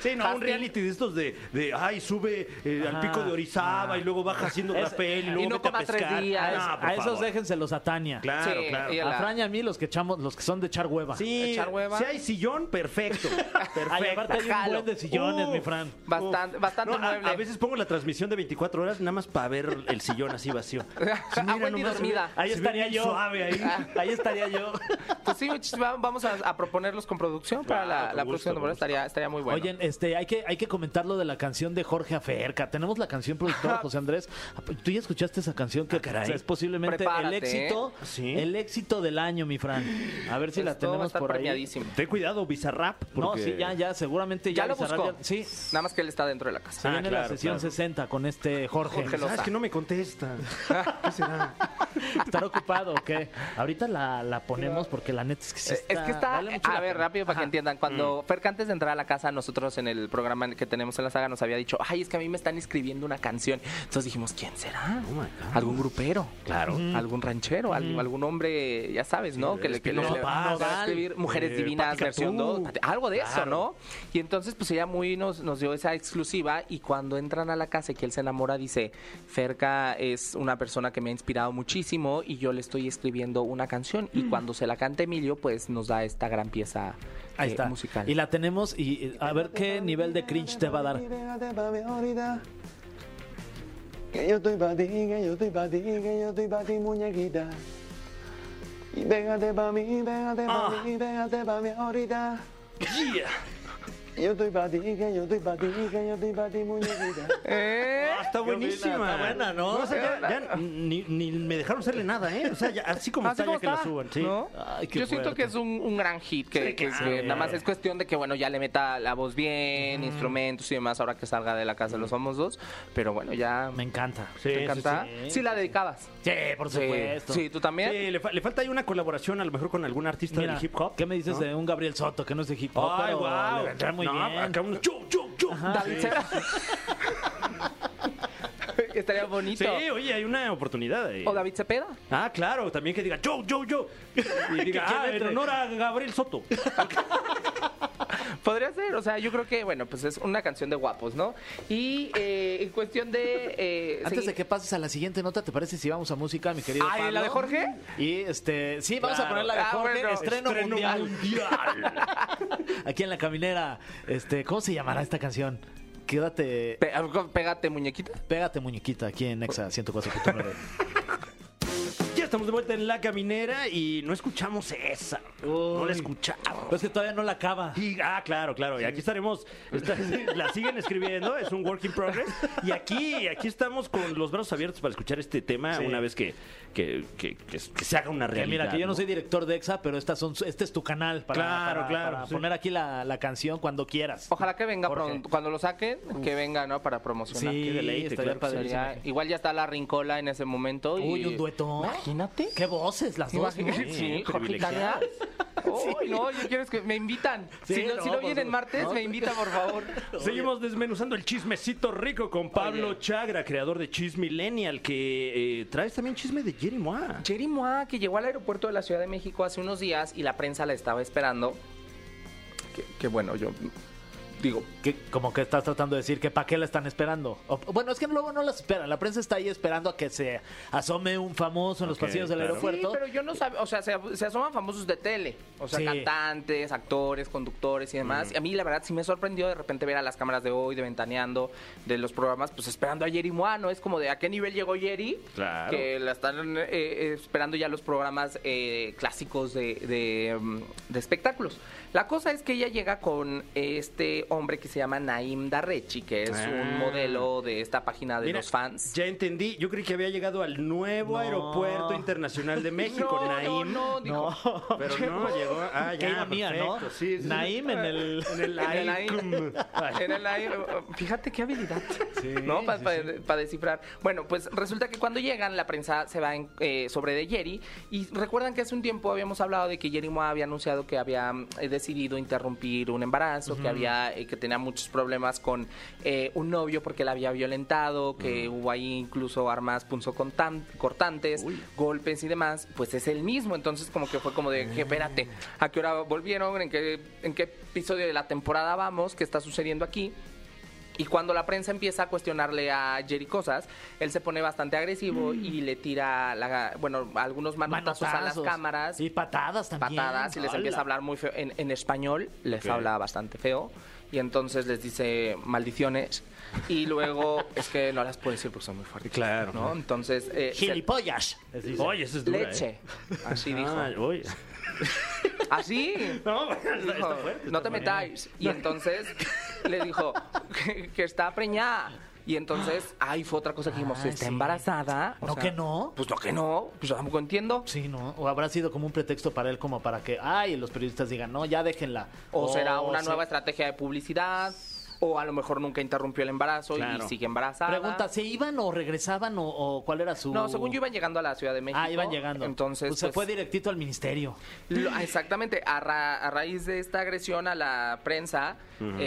A: Sí, no, un
G: Hashtag-
A: reality de estos de, de ay, sube eh, al
B: Ajá,
A: pico de Orizaba
B: ajá.
A: y luego baja haciendo
B: Es- eh,
A: rapel y
B: y
A: luego
G: no
A: vete a
G: coma tres
A: pescar.
G: días.
A: Ah,
B: A,
A: por
B: esos
A: favor.
B: déjenselos a Tania.
A: Claro,
G: Sí,
A: claro.
G: y
B: A Fran y a mí, los que echamos, los que son de echar hueva.
A: Sí,
G: echar hueva.
A: si hay sillón, perfecto. perfecto.
B: Ay, aparte hay un
G: Jalo.
B: buen de sillones,
A: Uf.
B: mi Fran.
G: Bastante, bastante
A: No, a-
G: mueble.
A: A, veces pongo la transmisión de 24 horas nada más para ver el sillón así vacío.
G: Ah, Wendy
A: nomás,
G: dormida.
A: se ve-
B: Ahí
A: se ve
B: estaría
A: bien
B: yo.
A: Suave ahí.
B: Ahí estaría yo.
G: Pues sí, muchachos, va- vamos a, a proponerlos con producción para
A: Claro,
G: la,
A: con
G: la
A: gusto,
G: próxima
A: con
G: temporada.
A: gusto.
G: Estaría, estaría muy bueno.
B: Oye, Este, hay que, hay que comentar lo de la canción de Jorge Aferca. Tenemos la canción productora José Andrés. Tú ya escuchaste esa canción que
A: caray.
B: o sea, es posiblemente el
G: Ah, Prepárate,
B: éxito,
A: ¿eh? Sí.
B: el éxito del año, mi Fran. A ver si la
G: Esto va a
B: tenemos
G: estar
B: por ahí.
G: premiadísimo.
A: Ten cuidado, Bizarrap.
B: No,
A: porque-
B: sí, ya, ya, seguramente ya.
G: Ya lo
B: Bizarrap
G: buscó.
B: ya- sí.
G: Nada más que él está dentro de la
B: Se
G: casa.
A: Ah,
B: viene la
A: claro,
B: sesión
A: claro.
B: 60 con este Jorge.
G: Jorge
A: ¿Sabes
G: Loza.
A: "Ah, que no me contesta? ¿Qué será?
B: ¿Estar ocupado o qué? Ahorita la, la ponemos porque la neta es que sí
G: Eh,
B: está...
G: es que está.
B: vale mucho
G: a
B: la
G: ver,
B: pena.
G: rápido para que
B: Ajá.
G: entiendan. Cuando Ferca antes de entrar a la casa, nosotros en el programa que tenemos en la saga nos había dicho: Ay, es que a mí me están escribiendo una canción. Entonces dijimos: ¿Quién será?
A: my God.
G: ¿Algún grupero?
A: Claro.
G: ¿Algún ranchero? ¿Algún, algún hombre, ya sabes, ¿no? que le que le-
B: Espinosa
G: le-
B: Paz,
G: le va a escribir Mujeres
A: eh,
G: Divinas,
A: Pati
G: versión
A: Cantú.
G: 2. Algo de eso,
B: Claro.
G: ¿no? Y entonces, pues ella muy nos, nos dio esa exclusiva. Y cuando entran a la casa y que él se enamora, dice: Ferca es una persona que me ha inspirado muchísimo y yo le estoy escribiendo una canción. Y cuando se la canta Emilio, pues nos da esta gran pieza
B: Ahí
G: eh,
B: está.
G: musical.
B: Y la tenemos y eh, a ver qué nivel de cringe te va a dar.
H: Que yo estoy pa' ti, que yo estoy pa' ti, que yo estoy pa' ti, muñequita. Y pégate pa' mí, pégate pa'
A: Ah.
H: mí, pégate pa' mí ahorita. Yo estoy pa' ti, que yo estoy pa' ti, que yo estoy pa' ti, muñequita.
G: ¿Eh?
A: Ah, está buenísima.
B: Está buena, ¿no?
A: o sea, ya, ya ni, ni me dejaron hacerle nada, ¿eh? O sea, ya- así como
G: Así
A: está,
G: como
A: ya que la
G: Ah, está,
A: suban, sí.
G: ¿no?
B: Ay, qué
G: Yo siento
B: fuerte.
G: que es un, un gran hit, que, que es- que nada más es cuestión de que, bueno, ya le meta la voz bien, instrumentos y demás, ahora que salga de la casa de los famosos, pero bueno, ya
B: Me
G: me
B: encanta.
A: Sí, sí,
G: encanta.
A: sí.
G: Sí, la dedicabas.
B: Sí, por
G: Sí.
B: supuesto.
G: Sí, tú también.
A: Sí, le, fa- le falta ahí una colaboración a lo mejor con algún artista
B: Mira,
A: del hip hop.
B: ¿Qué me dices
A: ¿no?
B: de un Gabriel Soto que no es de hip hop?
G: Oh,
A: Ay,
B: pero
A: guau.
B: le vendrá muy
A: no,
B: bien.
A: acá uno, yo, yo, yo.
G: David Cera. Estaría bonito.
A: Sí, oye, hay una oportunidad ahí.
G: O David Cepeda.
A: Ah, claro, también que diga yo, yo, yo. Y diga,
B: quién
A: ah, en
B: entre?
A: honor a Gabriel Soto.
G: Podría ser, o sea, yo creo que, bueno, pues es una canción de guapos, ¿no? Y eh, en cuestión de... eh,
B: Antes
G: segui-
B: de que pases a la siguiente nota, ¿te parece si vamos a música, mi querido
G: Ah, ¿y la
B: Pablo?
G: de Jorge?
B: Y este, sí, vamos a
G: Claro.
B: poner la de
G: Ah,
B: Jorge,
G: bueno.
B: estreno,
A: Estreno
B: mundial.
A: mundial.
B: Aquí en la caminera, este, ¿cómo se llamará esta canción? Quédate,
G: Pe- pégate, muñequita.
B: pégate muñequita aquí en Exa 104.9.
A: ya estamos de vuelta en la caminera y no escuchamos esa. No la escuchamos.
B: Pero es que todavía no la acaba.
A: Y- ah, claro, claro. Y aquí estaremos. está- la siguen escribiendo, es un work in progress. Y aquí, aquí estamos con los brazos abiertos para escuchar este tema
B: Sí.
A: una vez que, que, que- que- que se haga una
B: Que
A: realidad.
B: mira, que yo no
A: ¿no?
B: soy director de EXA, pero estas son, este es tu canal para,
A: Claro,
B: para-
A: claro,
B: para
A: sí.
B: poner aquí la, la canción cuando quieras.
G: Ojalá que venga
B: Jorge.
G: pronto. Cuando lo saquen, que venga, ¿no? Para promocionar.
B: Sí,
A: qué deleite,
B: estaría
A: claro que sí.
B: padrísimo.
G: Sería- igual ya está la rincola en ese momento. y-
B: Uy, un dueto.
G: Imagínate.
B: Qué voces las dos. ¿no?
G: Imagínate. Sí, Jorge
A: privilegiadas.
G: Iglesias. Uy, no, yo quiero es que me invitan.
B: Sí,
G: si no,
B: no,
G: si no
B: pues,
G: vienen
B: no.
G: martes, me invitan, por favor.
A: Seguimos desmenuzando el chismecito rico con Pablo Chagra, creador de Chis Millennial, que eh, traes también chisme de Jerry Moa.
G: Jerry Moa, que llegó al aeropuerto de la Ciudad de México hace unos días y la prensa la estaba esperando. Que, que bueno, yo digo,
B: Que- como que estás tratando de decir que para qué la están esperando. O- bueno, es que luego no las esperan. La prensa está ahí esperando a que se asome un famoso en los
A: Ok,
B: pasillos del
A: claro.
B: aeropuerto.
G: Sí, pero yo no sabía, o sea, se, se asoman famosos de tele, o sea,
B: Sí.
G: cantantes, actores, conductores y demás. Y a mí la verdad sí me sorprendió de repente ver a las cámaras de hoy, de Ventaneando, de los programas, pues esperando a Jerry Moano, es como de a qué nivel llegó Jerry,
A: Claro.
G: que la están eh, eh, esperando ya los programas eh, clásicos de, de, mm, de espectáculos. La cosa es que ella llega con este hombre que se llama Naim Darrechi, que es
A: Ah.
G: un modelo de esta página de
A: Mira,
G: los fans.
A: Ya entendí, yo creí que había llegado al nuevo
B: No.
A: aeropuerto internacional de México,
G: No, no,
A: Naim.
G: no, dijo,
A: Pero no, llegó. Ah,
B: Qué
A: ya,
B: ironía,
A: perfecto,
B: ¿no?
A: sí, sí, sí.
B: Naim en el...
A: En el
G: En el
A: AIM.
G: En el aire. Fíjate qué habilidad. ¿No? Para descifrar. Bueno, pues resulta que cuando llegan, la prensa se va en- eh, sobre de Jerry. Y recuerdan que hace un tiempo habíamos hablado de que Jerry Moa había anunciado que había eh, decidido interrumpir un embarazo, que había, eh, que tenía muchos problemas con eh, un novio porque la había violentado, que hubo ahí incluso armas punzocortan- cortantes, golpes y demás. Pues es el mismo. Entonces, como que fue como de que espérate, ¿a qué hora volvieron? ¿En qué, en qué episodio de la temporada vamos? ¿Qué está sucediendo aquí? Y cuando la prensa empieza a cuestionarle a Jerry cosas, él se pone bastante agresivo y le tira, la, bueno, algunos manotazos a las
B: Manotazos.
G: cámaras,
B: Y patadas también.
G: patadas, y les empieza a hablar muy feo. En, en español les habla bastante feo. Y entonces les dice maldiciones. Y luego es que no las puedo decir porque son muy fuertes.
A: Claro.
G: ¿no? Entonces. eh, se-
B: ¡Gilipollas! les dice.
A: ¿eh? Oye, eso es dura,
G: leche.
A: ¿eh?
G: Así dijo.
A: Ah, oye.
G: Así.
A: No, está,
G: Dijo,
A: está fuerte.
G: no te
A: está
G: metáis. Y entonces le dijo que, que está preñada. Y entonces, ay, fue otra cosa que dijimos,
B: Ah,
G: está
B: sí.
G: embarazada. O
B: No que no.
G: Pues no que no, pues yo tampoco entiendo.
B: Sí, ¿no? O habrá sido como un pretexto para él, como para que, ay, los periodistas digan, no, ya déjenla.
G: O será una
B: se-
G: nueva estrategia de publicidad, o a lo mejor nunca interrumpió el embarazo
A: Claro.
G: y sigue embarazada.
B: Pregunta, ¿se iban o regresaban o, o cuál era su...?
G: No, según yo iban llegando a la Ciudad de México.
B: Ah, iban llegando.
G: Entonces,
B: Pues se
G: pues,
B: fue directito al ministerio.
G: Lo- ah, exactamente, a, ra- a raíz de esta agresión a la prensa,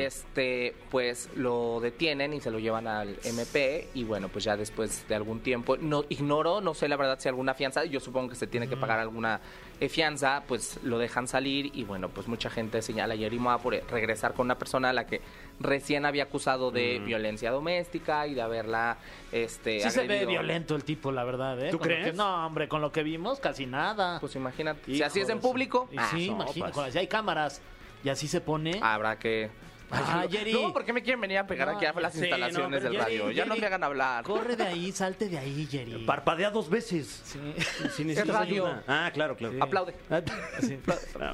G: este, pues lo detienen y se lo llevan al MP y bueno, pues ya después de algún tiempo, no ignoro, no sé la verdad si alguna fianza, yo supongo que se tiene que pagar alguna eh, fianza, pues lo dejan salir y bueno, pues mucha gente señala a Yerimo por eh, regresar con una persona a la que recién había acusado de violencia doméstica y de haberla, este,
B: Sí se ve
G: agredido.
B: violento el tipo, la verdad, ¿eh?
A: ¿Tú
B: Con lo
A: crees?
B: que- no, hombre, con lo que vimos, casi nada.
G: Pues imagínate, si
B: Hijo
G: así es
B: de
G: en
B: su-
G: público,
B: Y
G: ah,
B: sí,
A: no,
B: imagínate,
A: pues.
B: con- si hay cámaras y así se pone...
G: Habrá que.
B: Ah,
G: Ay,
B: Jerry.
G: No, ¿por qué me quieren venir a pegar
B: No,
G: aquí a las
A: sí, no,
G: instalaciones
A: pero
G: del
A: Jerry,
G: radio? Ya no
B: Jerry,
G: me hagan hablar.
B: Corre de ahí, salte de ahí, Jerry.
A: Parpadea dos veces. Si necesitas
G: radio.
A: ayuda. Ah, claro, claro.
G: Aplaude.
A: Ah,
B: Sí.
A: ah, bueno.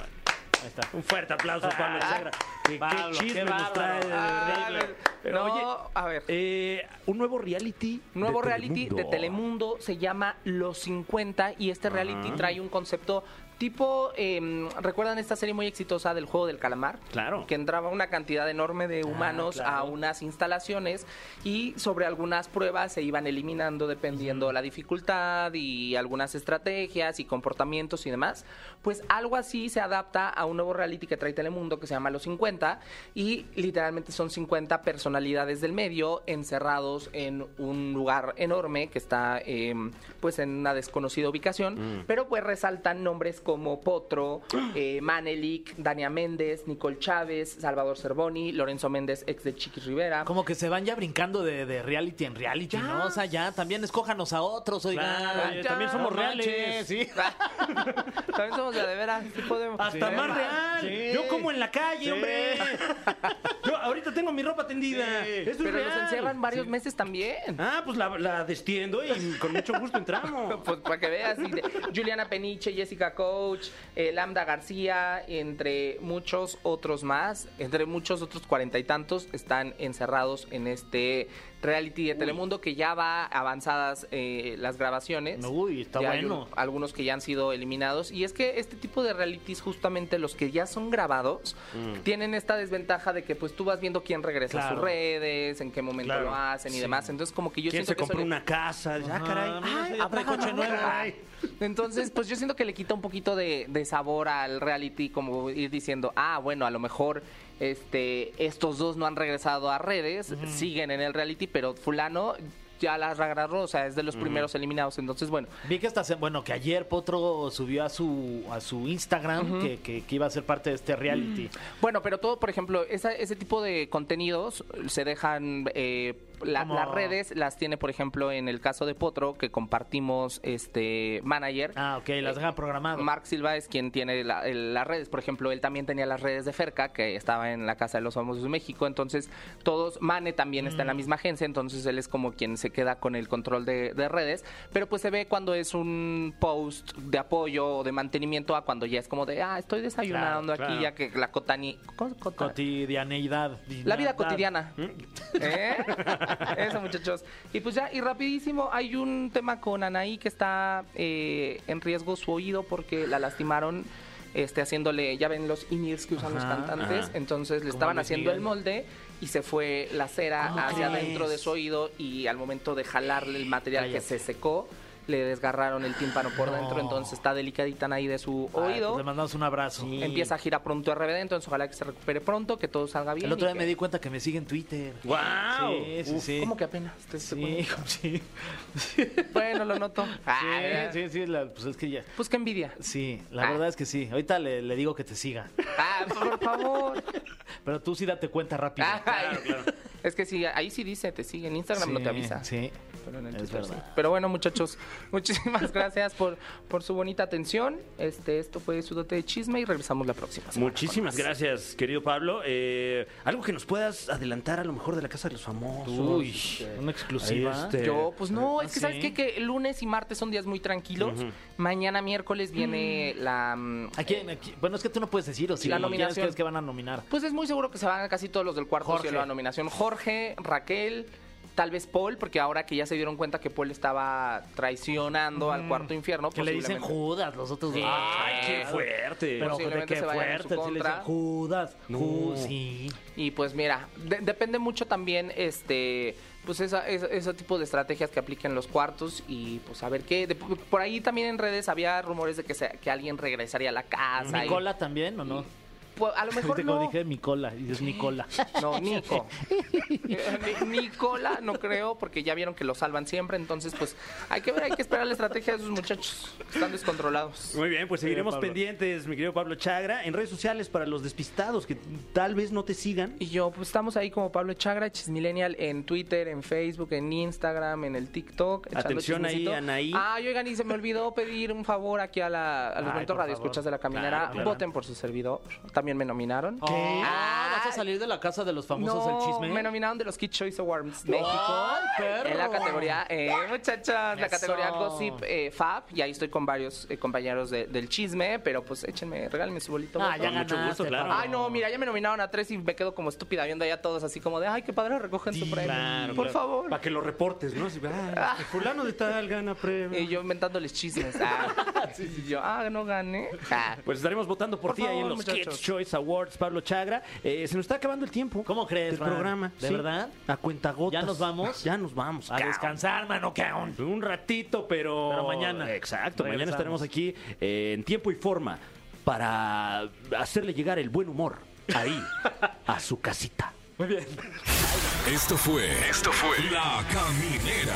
B: Ahí está.
A: Un fuerte aplauso a Pablo Chagra. Qué, qué
B: Pablo, qué
A: chisme nos trae.
B: bárbaro.
A: de
G: Ah,
A: verdad. Pero,
G: no,
A: oye,
G: a ver.
A: eh, un nuevo reality. de
G: Nuevo reality de
A: Telemundo.
G: Telemundo se llama Los 50 y este reality trae un concepto tipo, eh, ¿recuerdan esta serie muy exitosa del juego del calamar?
A: Claro. Ah,
G: Que entraba una cantidad enorme de humanos a unas instalaciones y sobre algunas pruebas se iban eliminando dependiendo la dificultad y algunas estrategias y comportamientos y demás. Pues algo así se adapta a un nuevo reality que trae Telemundo que se llama Los 50 y literalmente son 50 personalidades del medio encerrados en un lugar enorme que está eh, pues en una desconocida ubicación, pero pues resaltan nombres como Potro, eh, Manelik, Dania Méndez, Nicole Chávez, Salvador Cervoni, Lorenzo Méndez, ex de Chiquis Rivera.
B: Como que se van ya brincando de, de reality en reality, ¿no? O sea, ya también escójanos a otros, oigan.
A: Claro, oye, también somos
B: No manches,
A: reales.
B: sí.
G: También somos de, de veras, sí podemos.
A: Hasta
G: Sí.
A: más real.
B: Sí.
A: Yo como en la calle,
B: Sí.
A: hombre. Yo ahorita tengo mi ropa tendida.
B: Sí.
A: Eso es
G: Pero
A: real.
G: los encierran varios meses también.
A: Ah, pues la, la destiendo y con mucho gusto entramos.
G: Pues para que veas, y de- Juliana Peniche, Jessica Coach, eh, Lambda García, entre muchos otros más, entre muchos otros cuarenta y tantos, están encerrados en este reality de Telemundo que ya va avanzadas eh, las grabaciones.
B: Uy, está
G: Ya hay
B: bueno.
G: un- algunos que ya han sido eliminados. Y es que este tipo de realities, justamente los que ya son grabados, tienen esta desventaja de que pues tú vas viendo quién regresa a
B: Claro.
G: sus redes, en qué momento
A: Claro.
G: lo hacen y demás. Entonces como que yo
A: ¿Quién
G: siento
A: se
G: que eso
A: compró
G: le-
A: una casa? Dices, Ah, caray.
B: Ah, mira,
A: Ay,
B: ya trae
A: abajo,
B: coche
A: no,
B: nuevo.
A: caray.
G: Entonces, pues yo siento que le quita un poquito de, de sabor al reality, como ir diciendo, ah, bueno, a lo mejor este, estos dos no han regresado a redes, siguen en el reality, pero fulano ya las agarró, o sea, es de los primeros eliminados. Entonces, bueno,
B: Vi que esta se- bueno, que ayer Potro subió a su a su Instagram que, que- que iba a ser parte de este reality.
G: bueno, pero todo, por ejemplo, esa- ese tipo de contenidos eh, se dejan, eh, la-
B: Como-
G: las redes las tiene, por ejemplo, en el caso de Potro, que compartimos este manager.
B: Ah, ok, las
G: Eh,
B: dejan programado.
G: Mark Silva es quien tiene la- el- las redes. Por ejemplo, él también tenía las redes de Ferca, que estaba en la Casa de los Famosos de México. Entonces, todos, Mane también está
A: Mm.
G: en la misma agencia, entonces él es como quien se queda con el control de, de redes. Pero pues se ve cuando es un post de apoyo o de mantenimiento a cuando ya es como de, ah, estoy desayunando
A: Claro,
G: aquí,
A: claro.
G: ya que la Cotani... ¿cómo- Cota-
B: Cotidianeidad. Ah,
G: la vida cotidiana.
B: ¿Mm?
G: ¿Eh? Eso, muchachos. Y pues ya, y rapidísimo, hay un tema con Anaí que está eh, en riesgo su oído porque la lastimaron. Este, haciéndole, ya ven los in que usan los
B: Ajá,
G: cantantes,
A: ajá.
G: entonces le
B: Como
G: estaban
B: Luis
G: haciendo el
B: Miguel.
G: molde y se fue la cera
B: ¿Cómo
G: hacia
B: crees?
G: adentro de su oído y al momento de jalarle el material que
B: Cállate.
G: se secó, le desgarraron el tímpano por
B: No.
G: dentro, entonces está delicadita Anaí de su
B: Ay,
G: oído.
B: pues le mandamos un abrazo.
G: Empieza a girar pronto RBD, entonces ojalá que se recupere pronto, que todo salga bien.
B: El otro
G: y
B: día me
G: que-
B: di cuenta que me sigue en Twitter.
A: ¡Guau!
B: Sí, sí,
A: Uf,
B: sí.
G: ¿Cómo que apenas? ¿Te- te
B: Sí,
G: acuerdas?
B: sí.
G: Bueno, lo noto. Ah,
B: Sí, sí, sí, la- pues es que ya.
G: Pues qué envidia.
B: Sí, la
G: Ah.
B: verdad es que sí. Ahorita le, le digo que te siga.
G: Ah, por favor.
B: Pero tú sí date cuenta rápido.
G: Ay. Es que sí, ahí sí dice, te sigue. En Ah, Instagram no
B: Sí,
G: te avisa.
B: Sí.
G: pero en el
B: Es
G: Twitter sí.
B: verdad.
G: Pero bueno, muchachos, muchísimas gracias por, por su bonita atención. Este, esto fue su dote de chisme y regresamos la próxima. semana con
A: Muchísimas
G: más.
A: gracias, querido Pablo. Eh, algo que nos puedas adelantar a lo mejor de la Casa de los Famosos.
B: Uy, una
A: Ahí
B: exclusiva.
A: este-
G: Yo, pues no,
B: Ah,
G: es que
B: sí.
G: sabes qué? que lunes y martes son días muy tranquilos. Mañana miércoles viene la. mm,
B: ¿A quién- a quién? Bueno, es que tú no puedes decir, o si
G: La
B: la nominación
G: nominación.
B: crees que van a nominar.
G: Pues es muy seguro que se van casi todos los del cuarto
B: Jorge.
G: cielo a nominación. Jorge, Raquel, tal vez Paul, porque ahora que ya se dieron cuenta que Paul estaba traicionando al cuarto infierno,
B: Que le dicen
G: posiblemente-
B: Judas los otros dos. Ah,
A: Ay, qué fuerte.
B: Pero de
G: Posiblemente
B: qué
G: se vayan en su
B: fuerte, sí le dicen
G: contra.
B: Judas.
A: No.
B: Ju- sí.
G: Y pues mira, de- depende mucho también este pues esa, esa- ese tipo de estrategias que apliquen los cuartos y pues a ver qué. De- por ahí también en redes había rumores de que, se- que alguien regresaría a la casa. y-
B: ¿Nicola también o no?
G: Pues, a lo mejor
B: Ahorita como
G: no.
B: dije Nicola, y dices Nicola.
G: No, Nico. Eh, Ni- Nicola, no creo, porque ya vieron que lo salvan siempre. Entonces, pues hay que ver, hay que esperar la estrategia de esos muchachos. Están descontrolados.
A: Muy bien, pues seguiremos
B: Pablo.
A: pendientes, mi querido Pablo Chagra, en redes sociales para los despistados que tal vez no te sigan.
G: Y yo, pues estamos ahí como Pablo Chagra, Chismillennial, en Twitter, en Facebook, en Instagram, en el TikTok. echando
A: Atención ahí,
G: chismecito.
A: Anaí.
G: Ay, oigan, y se me olvidó pedir un favor aquí a, la, a los
B: Ay,
G: bonitos
B: por
G: radio escuchas de la
B: favor.
G: caminera.
B: Claro, claro.
G: Voten por su servidor. También me nominaron.
B: ¿Qué?
G: Ah,
B: ¿Vas a salir de la casa de los famosos
G: no,
B: del chisme?
G: me nominaron de los Kid Choice Awards México
B: ¡Ay, perro!
G: en la categoría, eh, muchachas, la
B: Eso.
G: categoría Gossip eh, Fab y ahí estoy con varios eh, compañeros de- del chisme, pero pues échenme, regálenme su bolito.
B: Ah,
G: voto.
B: ya
A: Con mucho
B: ganaste.
A: gusto, claro.
B: Pablo.
G: Ay, no, mira, ya me nominaron a tres y me quedo como estúpida viendo allá a todos así como de, ay, qué padre, recogen su premio. Por favor.
A: Para que lo reportes, ¿no? Así, ah, fulano de tal gana premio.
G: Y yo inventándoles chismes. Ah, Y yo, ah, no gané. Ah.
A: Pues estaremos votando por,
G: Por
A: ti ahí en
G: favor,
A: los
G: muchachos.
A: Kids Choice Awards, Pablo Chagra. Eh, se nos está acabando el tiempo.
B: ¿Cómo crees,
A: Del
B: Fran?
A: programa.
B: ¿De
A: sí.
B: verdad?
A: A cuentagotas.
B: ¿Ya nos vamos?
A: Ya nos vamos.
B: A
A: cabrón.
B: descansar, mano, que aún.
A: Un ratito, pero...
B: Pero mañana.
A: Exacto, mañana
B: Regresamos.
A: estaremos aquí eh, en tiempo y forma para hacerle llegar el buen humor ahí, a su casita.
E: Esto fue. Esto fue. La Caminera.